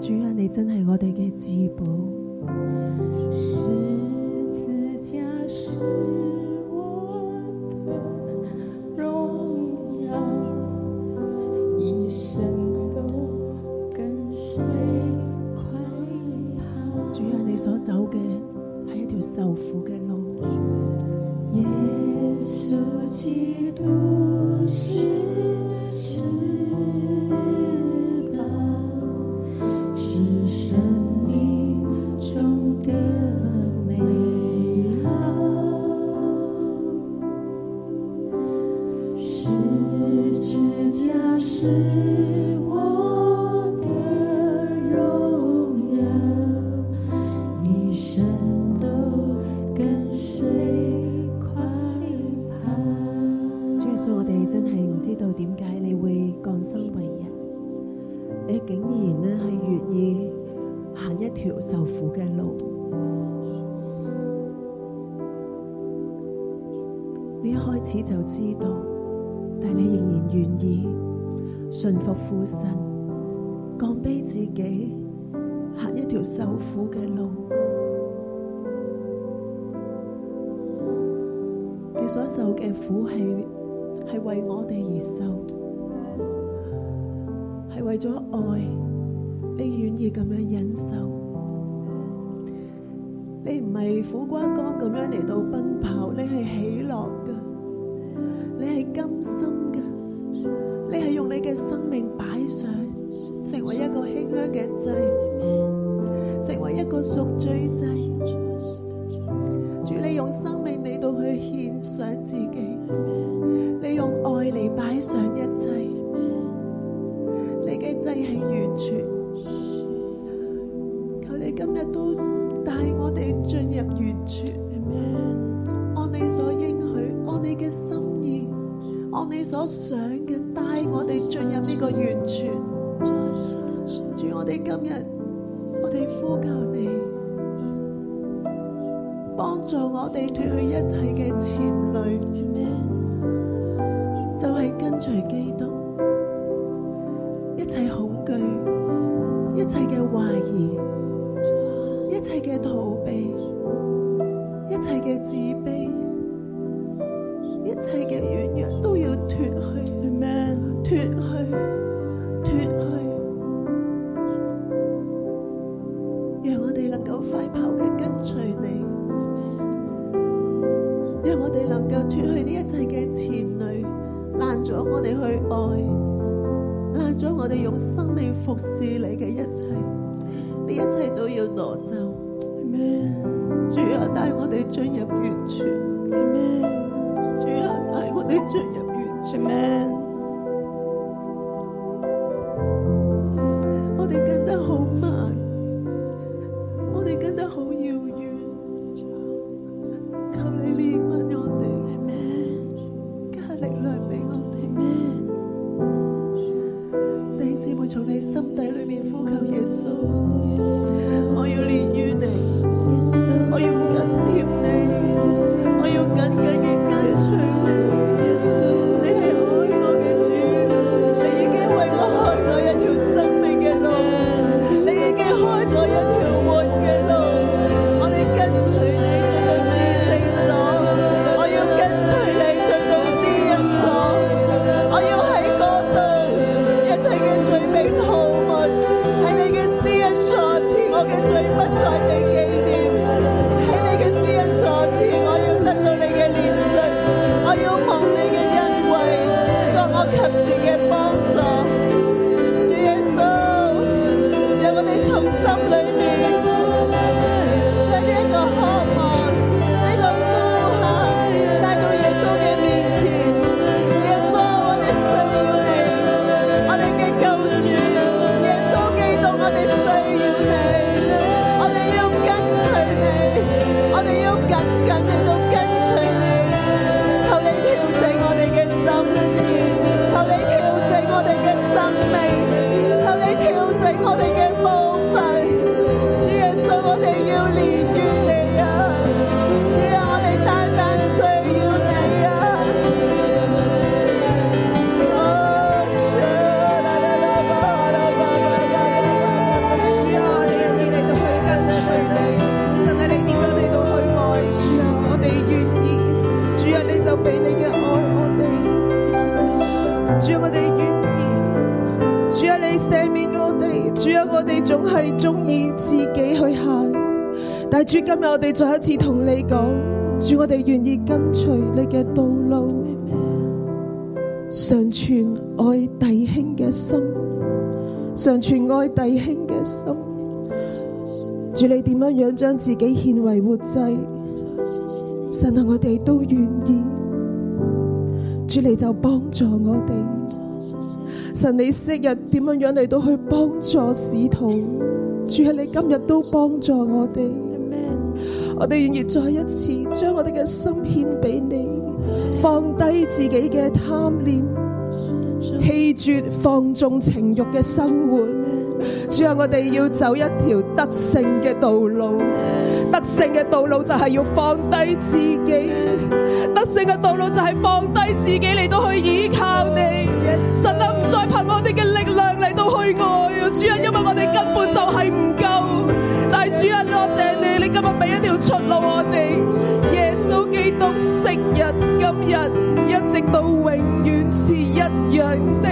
Speaker 6: 主啊，你真系我哋嘅至宝，
Speaker 4: 十字架是我的荣耀，一生都跟随快跑。
Speaker 6: 主啊，你所走嘅系一条受苦嘅路，
Speaker 4: 耶稣基督是至宝，是生命中的美好。十字架是我的荣耀。一生都跟随快跑。
Speaker 6: 主耶稣，我哋真系唔知道点解你会降生为人，你竟然呢系愿意行一条受苦嘅路，你一开始就知道，但你仍然愿意信服父神，降卑自己，行一条受苦嘅路。你所受嘅苦系系为我哋而受，系为咗爱，你愿意咁样忍受，你唔系苦瓜干咁样嚟到奔跑，你系喜乐噶，你系甘心噶，你系用你嘅生命摆上，成为一个馨香嘅祭，成为一个赎罪祭。主，你用生命嚟到去献上自己，你用爱嚟摆上一切，你嘅祭系完全。求你今日都带我哋进入完全，按你所应许，按你嘅心意，按你所想嘅，带我哋进入呢个完全。主，我哋今日，我哋呼求你。帮助我哋脱去一切嘅前累，就系、跟随基督，一切恐惧，一切嘅怀疑，一切嘅逃避，一切嘅自卑，一切嘅软弱都要脱去，脱去，脱去，让我哋能够快跑嘅跟随你。让我哋能够脱去呢一切嘅前累，烂咗我哋去爱，烂咗我哋用生命服侍你嘅一切，呢一切都要挪走。主啊，带我哋进入完全。主啊，带我哋进入完全。我哋跟得好慢，我哋跟得好遙遠。求你怜悯我哋，加力量俾我哋。弟兄姊妹從你心底裏面呼求耶穌，我要連於你，我要緊貼你，我要緊緊嘅跟隨你。你係愛我嘅主，你已經為我開咗一條生命嘅路，你已經開咗一條活嘅路。我哋跟隨你進到至聖所，我要跟隨你進到至人所，我要喺嗰度一切嘅罪被塗抹，喺你嘅私人座前，我嘅罪不再被紀念；喺你嘅私人座前，我要得到你嘅憐恤，我要望你嘅恩惠，作我及時嘅幫助。主耶穌，讓我哋從心裏面。將呢一個渴望，呢個呼喊帶到耶穌嘅面前。耶穌，我哋需要你，我哋嘅救主，耶穌基督，我哋需要你，我哋要跟隨你，我哋要緊緊嚟到跟隨你。求你調整我哋嘅心志，求你調整我哋嘅生命，求你調整我哋嘅步伐。主耶穌，我哋要連於你啊！主啊，我哋單單需要你啊！主啊，我哋願意嚟到去跟隨你，神啊，你點樣嚟到去愛？主啊，我哋願意。主啊，你就俾你嘅愛我哋。主啊，我哋願意。主啊，你赦免我哋，主啊，我哋总系中意自己去行，但系主今日我哋再一次同你讲，主我哋愿意跟随你嘅道路，常存爱弟兄嘅心，常存爱弟兄嘅心。主你点样样将自己献为活祭，神啊，我哋都愿意。主你就帮助我哋。神你昔日点样样嚟到去帮助使徒，主系你今日都帮助我哋。我哋愿意再一次将我哋嘅心献俾你，放低自己嘅贪念，弃绝放纵情欲嘅生活。主啊，我哋要走一条得胜嘅道路，得胜嘅道路就系要放低自己。得胜嘅道路就系放低自己嚟到去依靠你。神啊，唔再凭我哋嘅力量嚟到去爱啊，主啊，因为我哋根本就系唔够。但系主啊，多谢你，你今日俾一条出路我哋。耶稣基督昔日、今日一直到永远是一样的。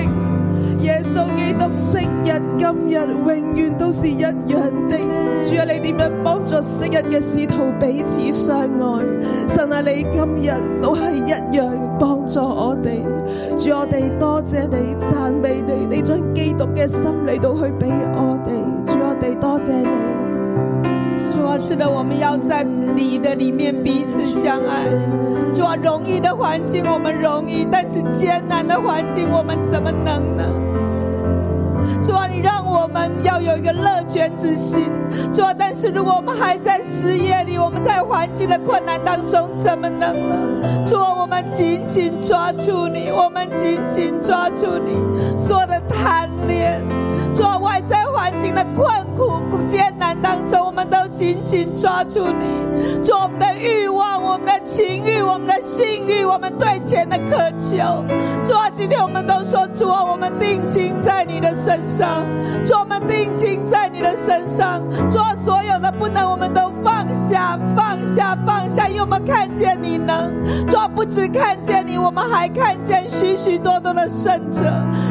Speaker 7: 耶稣基督昔日、今日、永远都是一样的。主啊，你点样帮助昔日嘅使徒彼此相爱？神啊，你今日都系一样帮助我哋。主，我哋多谢你，赞美你，你将基督嘅心嚟到去俾我哋。主，我哋多谢你。
Speaker 5: 主啊，是的，我们要在你的里面彼此相爱。主啊，容易的环境我们容易，但是艰难的环境我们怎么能呢？主啊，你让我们要有一个乐捐之心。主啊，但是如果我们还在失业里，我们在环境的困难当中，怎么能呢？主啊，我们紧紧抓住你，我们紧紧抓住你，所有的贪恋。主啊，外在环境的困苦艰难当中，我们都紧紧抓住你。主啊，我们的欲望、我们的情欲、我们的性欲、我们对钱的渴求，主啊，今天我们都说，主啊，我们定睛在你的身上，主啊，我们定睛在你的身上，主啊，所有的不能我们都放下，放下，放下，因为我们看见你能。主啊，不只看见你，我们还看见许许多多的圣者，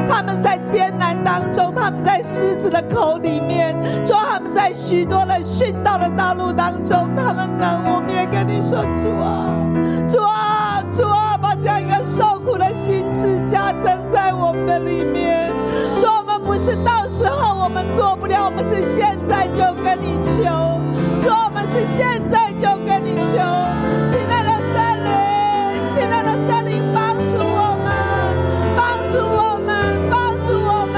Speaker 5: 他们在艰难当中，他们在狮子的口里面，主啊，他们在许多的殉道的道路当中，他们能，我们也跟你说，主啊，主啊，主啊，把这样一个受苦的心智加增在我们的里面。主啊，我们不是到时候我们做不了，我们是现在就跟你求。主啊，我们是现在就跟你求，亲爱的圣灵，亲爱的圣灵，帮助我们，帮助我们，帮助我们。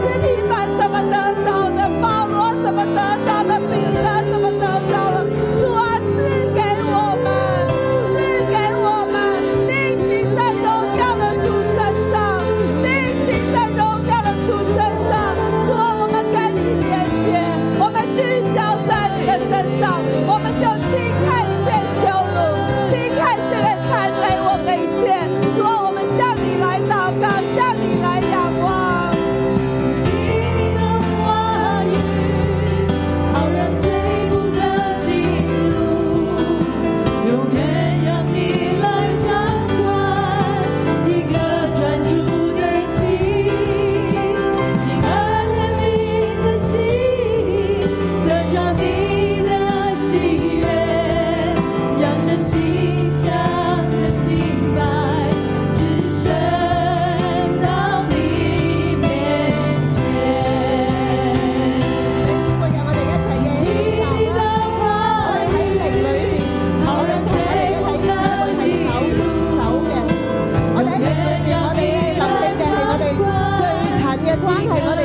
Speaker 5: 斯提凡怎么得着的？保罗怎么得着的？彼得怎么得着的？主啊，赐给我们，赐给我们，定睛在荣耀的主身上，定睛在荣耀的主身上。主啊，我们跟你连接，我们聚焦在你的身上，我们就轻看一切羞辱，轻看一切的残累，我们的一切。主啊，我们向你来祷告，向你来仰望。
Speaker 4: 谨记你的话语，好让罪不得进入。永远让你来掌管一个专注的心，一个怜悯的心，得着你的喜悦，让这心香的清白，只身到你面前。谨记你的话语，好让罪不得进入。永远让你来掌管。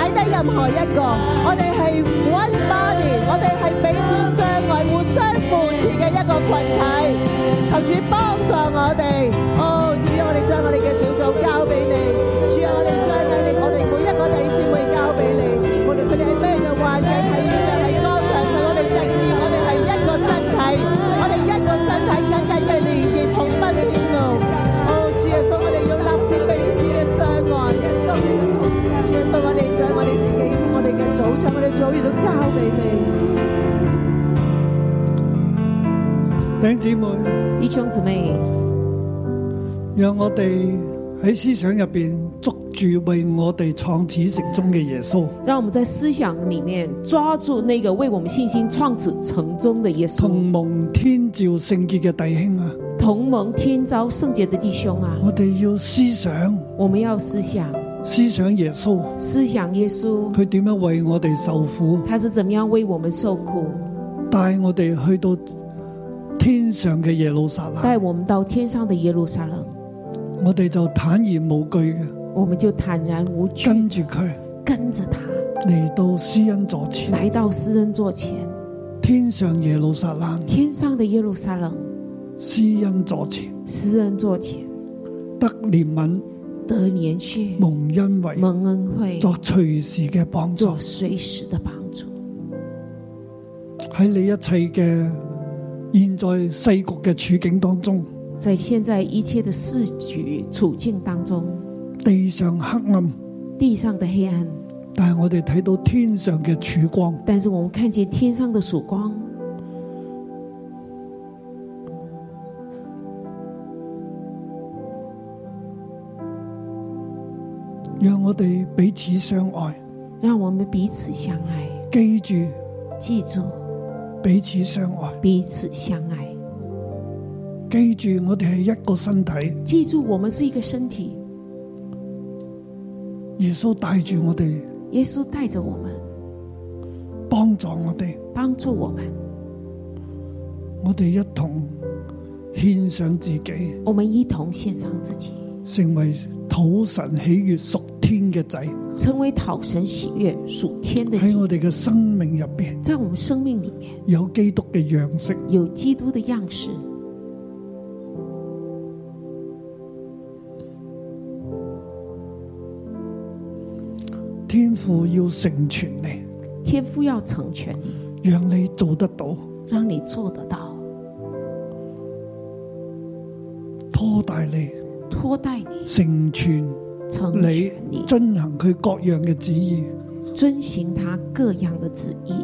Speaker 5: 我哋係one body，我哋係彼此相愛，互相扶持嘅一個群體。求主幫助我哋，哦，主，我哋將我哋嘅小組交俾你，主啊，我哋將我哋嘅肢妹交俾你，我哋佢哋係咩嘅環境，係與人係當場上，我哋定義，我哋係一個身體，我哋一個身體緊緊嘅連結，同不興怒。哦，主啊，所以我哋將我哋自己，我哋嘅組長，我哋組員都交俾你。
Speaker 2: 弟兄姊妹，
Speaker 3: 弟兄姊妹，
Speaker 2: 让我哋喺思想入边捉住为我哋创始成终嘅耶稣，
Speaker 3: 让我们在思想里面抓住那个为我们信心创始成终的耶稣，
Speaker 2: 同蒙天照圣洁嘅弟兄啊！
Speaker 3: 同盟天召圣洁的弟兄啊，
Speaker 2: 我哋要思想
Speaker 3: 我们要思想
Speaker 2: 思想耶稣，
Speaker 3: 思想耶稣，
Speaker 2: 佢点样为我哋受苦，
Speaker 3: 他是怎么样为我们受苦，
Speaker 2: 带我哋去到天上嘅耶路撒冷，
Speaker 3: 带我们到天上的耶路撒冷，
Speaker 2: 我哋就坦然无惧嘅
Speaker 3: 我们就坦然无惧
Speaker 2: 跟住佢
Speaker 3: 跟着他
Speaker 2: 嚟到施恩座前，
Speaker 3: 来到施恩座前，
Speaker 2: 天上耶路撒冷
Speaker 3: 天上的耶路撒冷
Speaker 2: 施恩座前，
Speaker 3: 施恩座前
Speaker 2: 得怜悯
Speaker 3: 得连续
Speaker 2: 蒙恩惠，
Speaker 3: 蒙恩惠，
Speaker 2: 作随时嘅帮助
Speaker 3: 做。随时的帮助。
Speaker 2: 喺你一切嘅现在世局嘅处境当中，
Speaker 3: 在现在一切的市局处境当中，
Speaker 2: 地上黑暗，
Speaker 3: 地上的黑暗、
Speaker 2: 但系我哋睇到天上嘅曙光，
Speaker 3: 但是我们看见天上的曙光，
Speaker 2: 让我哋彼此相爱，
Speaker 3: 让我们彼此相爱。
Speaker 2: 记住
Speaker 3: 记住，
Speaker 2: 彼此相爱，
Speaker 3: 彼此相爱。
Speaker 2: 记住我哋系一个身体。
Speaker 3: 记住，我们是一个身体。
Speaker 2: 耶稣带住我哋，
Speaker 3: 耶稣带着我们，
Speaker 2: 帮助我哋，
Speaker 3: 帮助我们，
Speaker 2: 我哋一同献上自己，
Speaker 3: 我们一同献上自己，
Speaker 2: 成为土神喜悦属天嘅仔，
Speaker 3: 成为讨神喜悦、属天的
Speaker 2: 喺
Speaker 3: 己
Speaker 2: 我。哋嘅生命入边
Speaker 3: 在我们生命里面
Speaker 2: 有基督嘅样式。
Speaker 3: 有基督的样式。
Speaker 2: 天父要成全你，
Speaker 3: 天父要成全你，
Speaker 2: 让你做得到，
Speaker 3: 让你做得到，
Speaker 2: 拖大你，
Speaker 3: 拖带你，
Speaker 2: 成全
Speaker 3: 成
Speaker 2: 你
Speaker 3: 全你，，
Speaker 2: 遵行佢各样嘅旨意，
Speaker 3: 遵行他各样的旨意，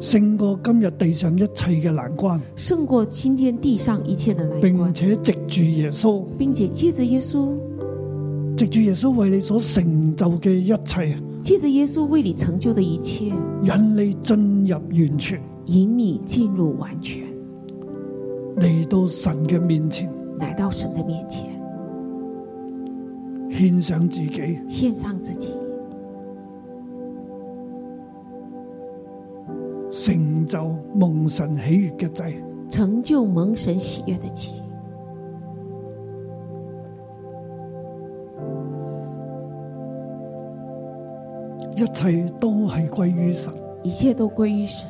Speaker 2: 胜过今日地上一切嘅难关，
Speaker 3: 胜过今天地上一切的难
Speaker 2: 并
Speaker 3: 关，
Speaker 2: 且藉住耶稣，
Speaker 3: 并且借着耶稣，
Speaker 2: 藉住耶稣为你所成就嘅一切，
Speaker 3: 借着耶稣为你成就的一切，
Speaker 2: 引你进入完全，
Speaker 3: 引你进入完全，
Speaker 2: 嚟到神嘅面前，
Speaker 3: 来到神的面前，
Speaker 2: 献上自己，
Speaker 3: 献上自己，
Speaker 2: 成就蒙神喜悦嘅祭。
Speaker 3: 成就蒙神喜悦的己。
Speaker 2: 一切都系归于神，
Speaker 3: 一切都归于神，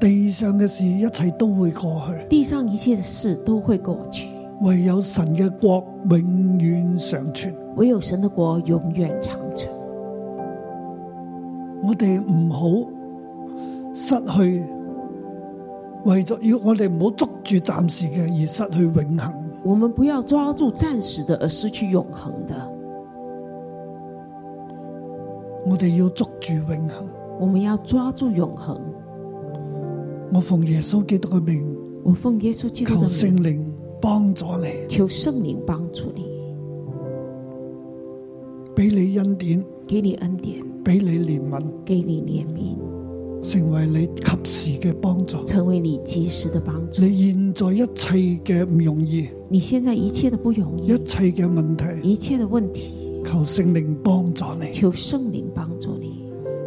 Speaker 2: 地上嘅事一切都会过去，
Speaker 3: 地上一切的事都会过去，
Speaker 2: 唯有神嘅国永远常存。
Speaker 3: 唯有神的国永远长存。
Speaker 2: 我哋唔好失去，为咗要我哋唔好捉住暂时嘅而失去永恒。
Speaker 3: 我们不要抓住暂时的而失去永恒的，
Speaker 2: 我哋要捉住永恒。
Speaker 3: 我们要抓住永恒。
Speaker 2: 我奉耶稣基督嘅名，
Speaker 3: 我奉耶稣基督
Speaker 2: 求
Speaker 3: 的名，
Speaker 2: 圣灵帮助你，
Speaker 3: 求圣灵帮助你，
Speaker 2: 俾你恩典，
Speaker 3: 给你恩典，
Speaker 2: 俾你怜悯，
Speaker 3: 给你怜悯，
Speaker 2: 成为你及时嘅帮助。
Speaker 3: 成为你及时的帮助。
Speaker 2: 你现在一切嘅唔容易，
Speaker 3: 你现在一切的不容
Speaker 2: 一
Speaker 3: 易，
Speaker 2: 切嘅问题，
Speaker 3: 一切的问题，
Speaker 2: 求圣灵帮助你。
Speaker 3: 求圣灵帮助你，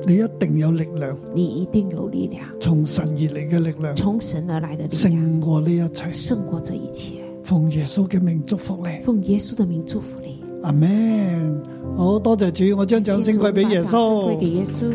Speaker 2: 你一定有力量，
Speaker 3: 你一定有力量，
Speaker 2: 从神而嚟嘅力量，
Speaker 3: 从神而来的力量，
Speaker 2: 胜过呢一切。
Speaker 3: 胜过这一切。
Speaker 2: 奉耶稣嘅名祝福你，
Speaker 3: 奉耶稣的名祝福你，
Speaker 2: 阿 Man，好多谢主，我将掌声归俾耶
Speaker 3: 把掌声
Speaker 2: 稣
Speaker 3: 归。给耶稣。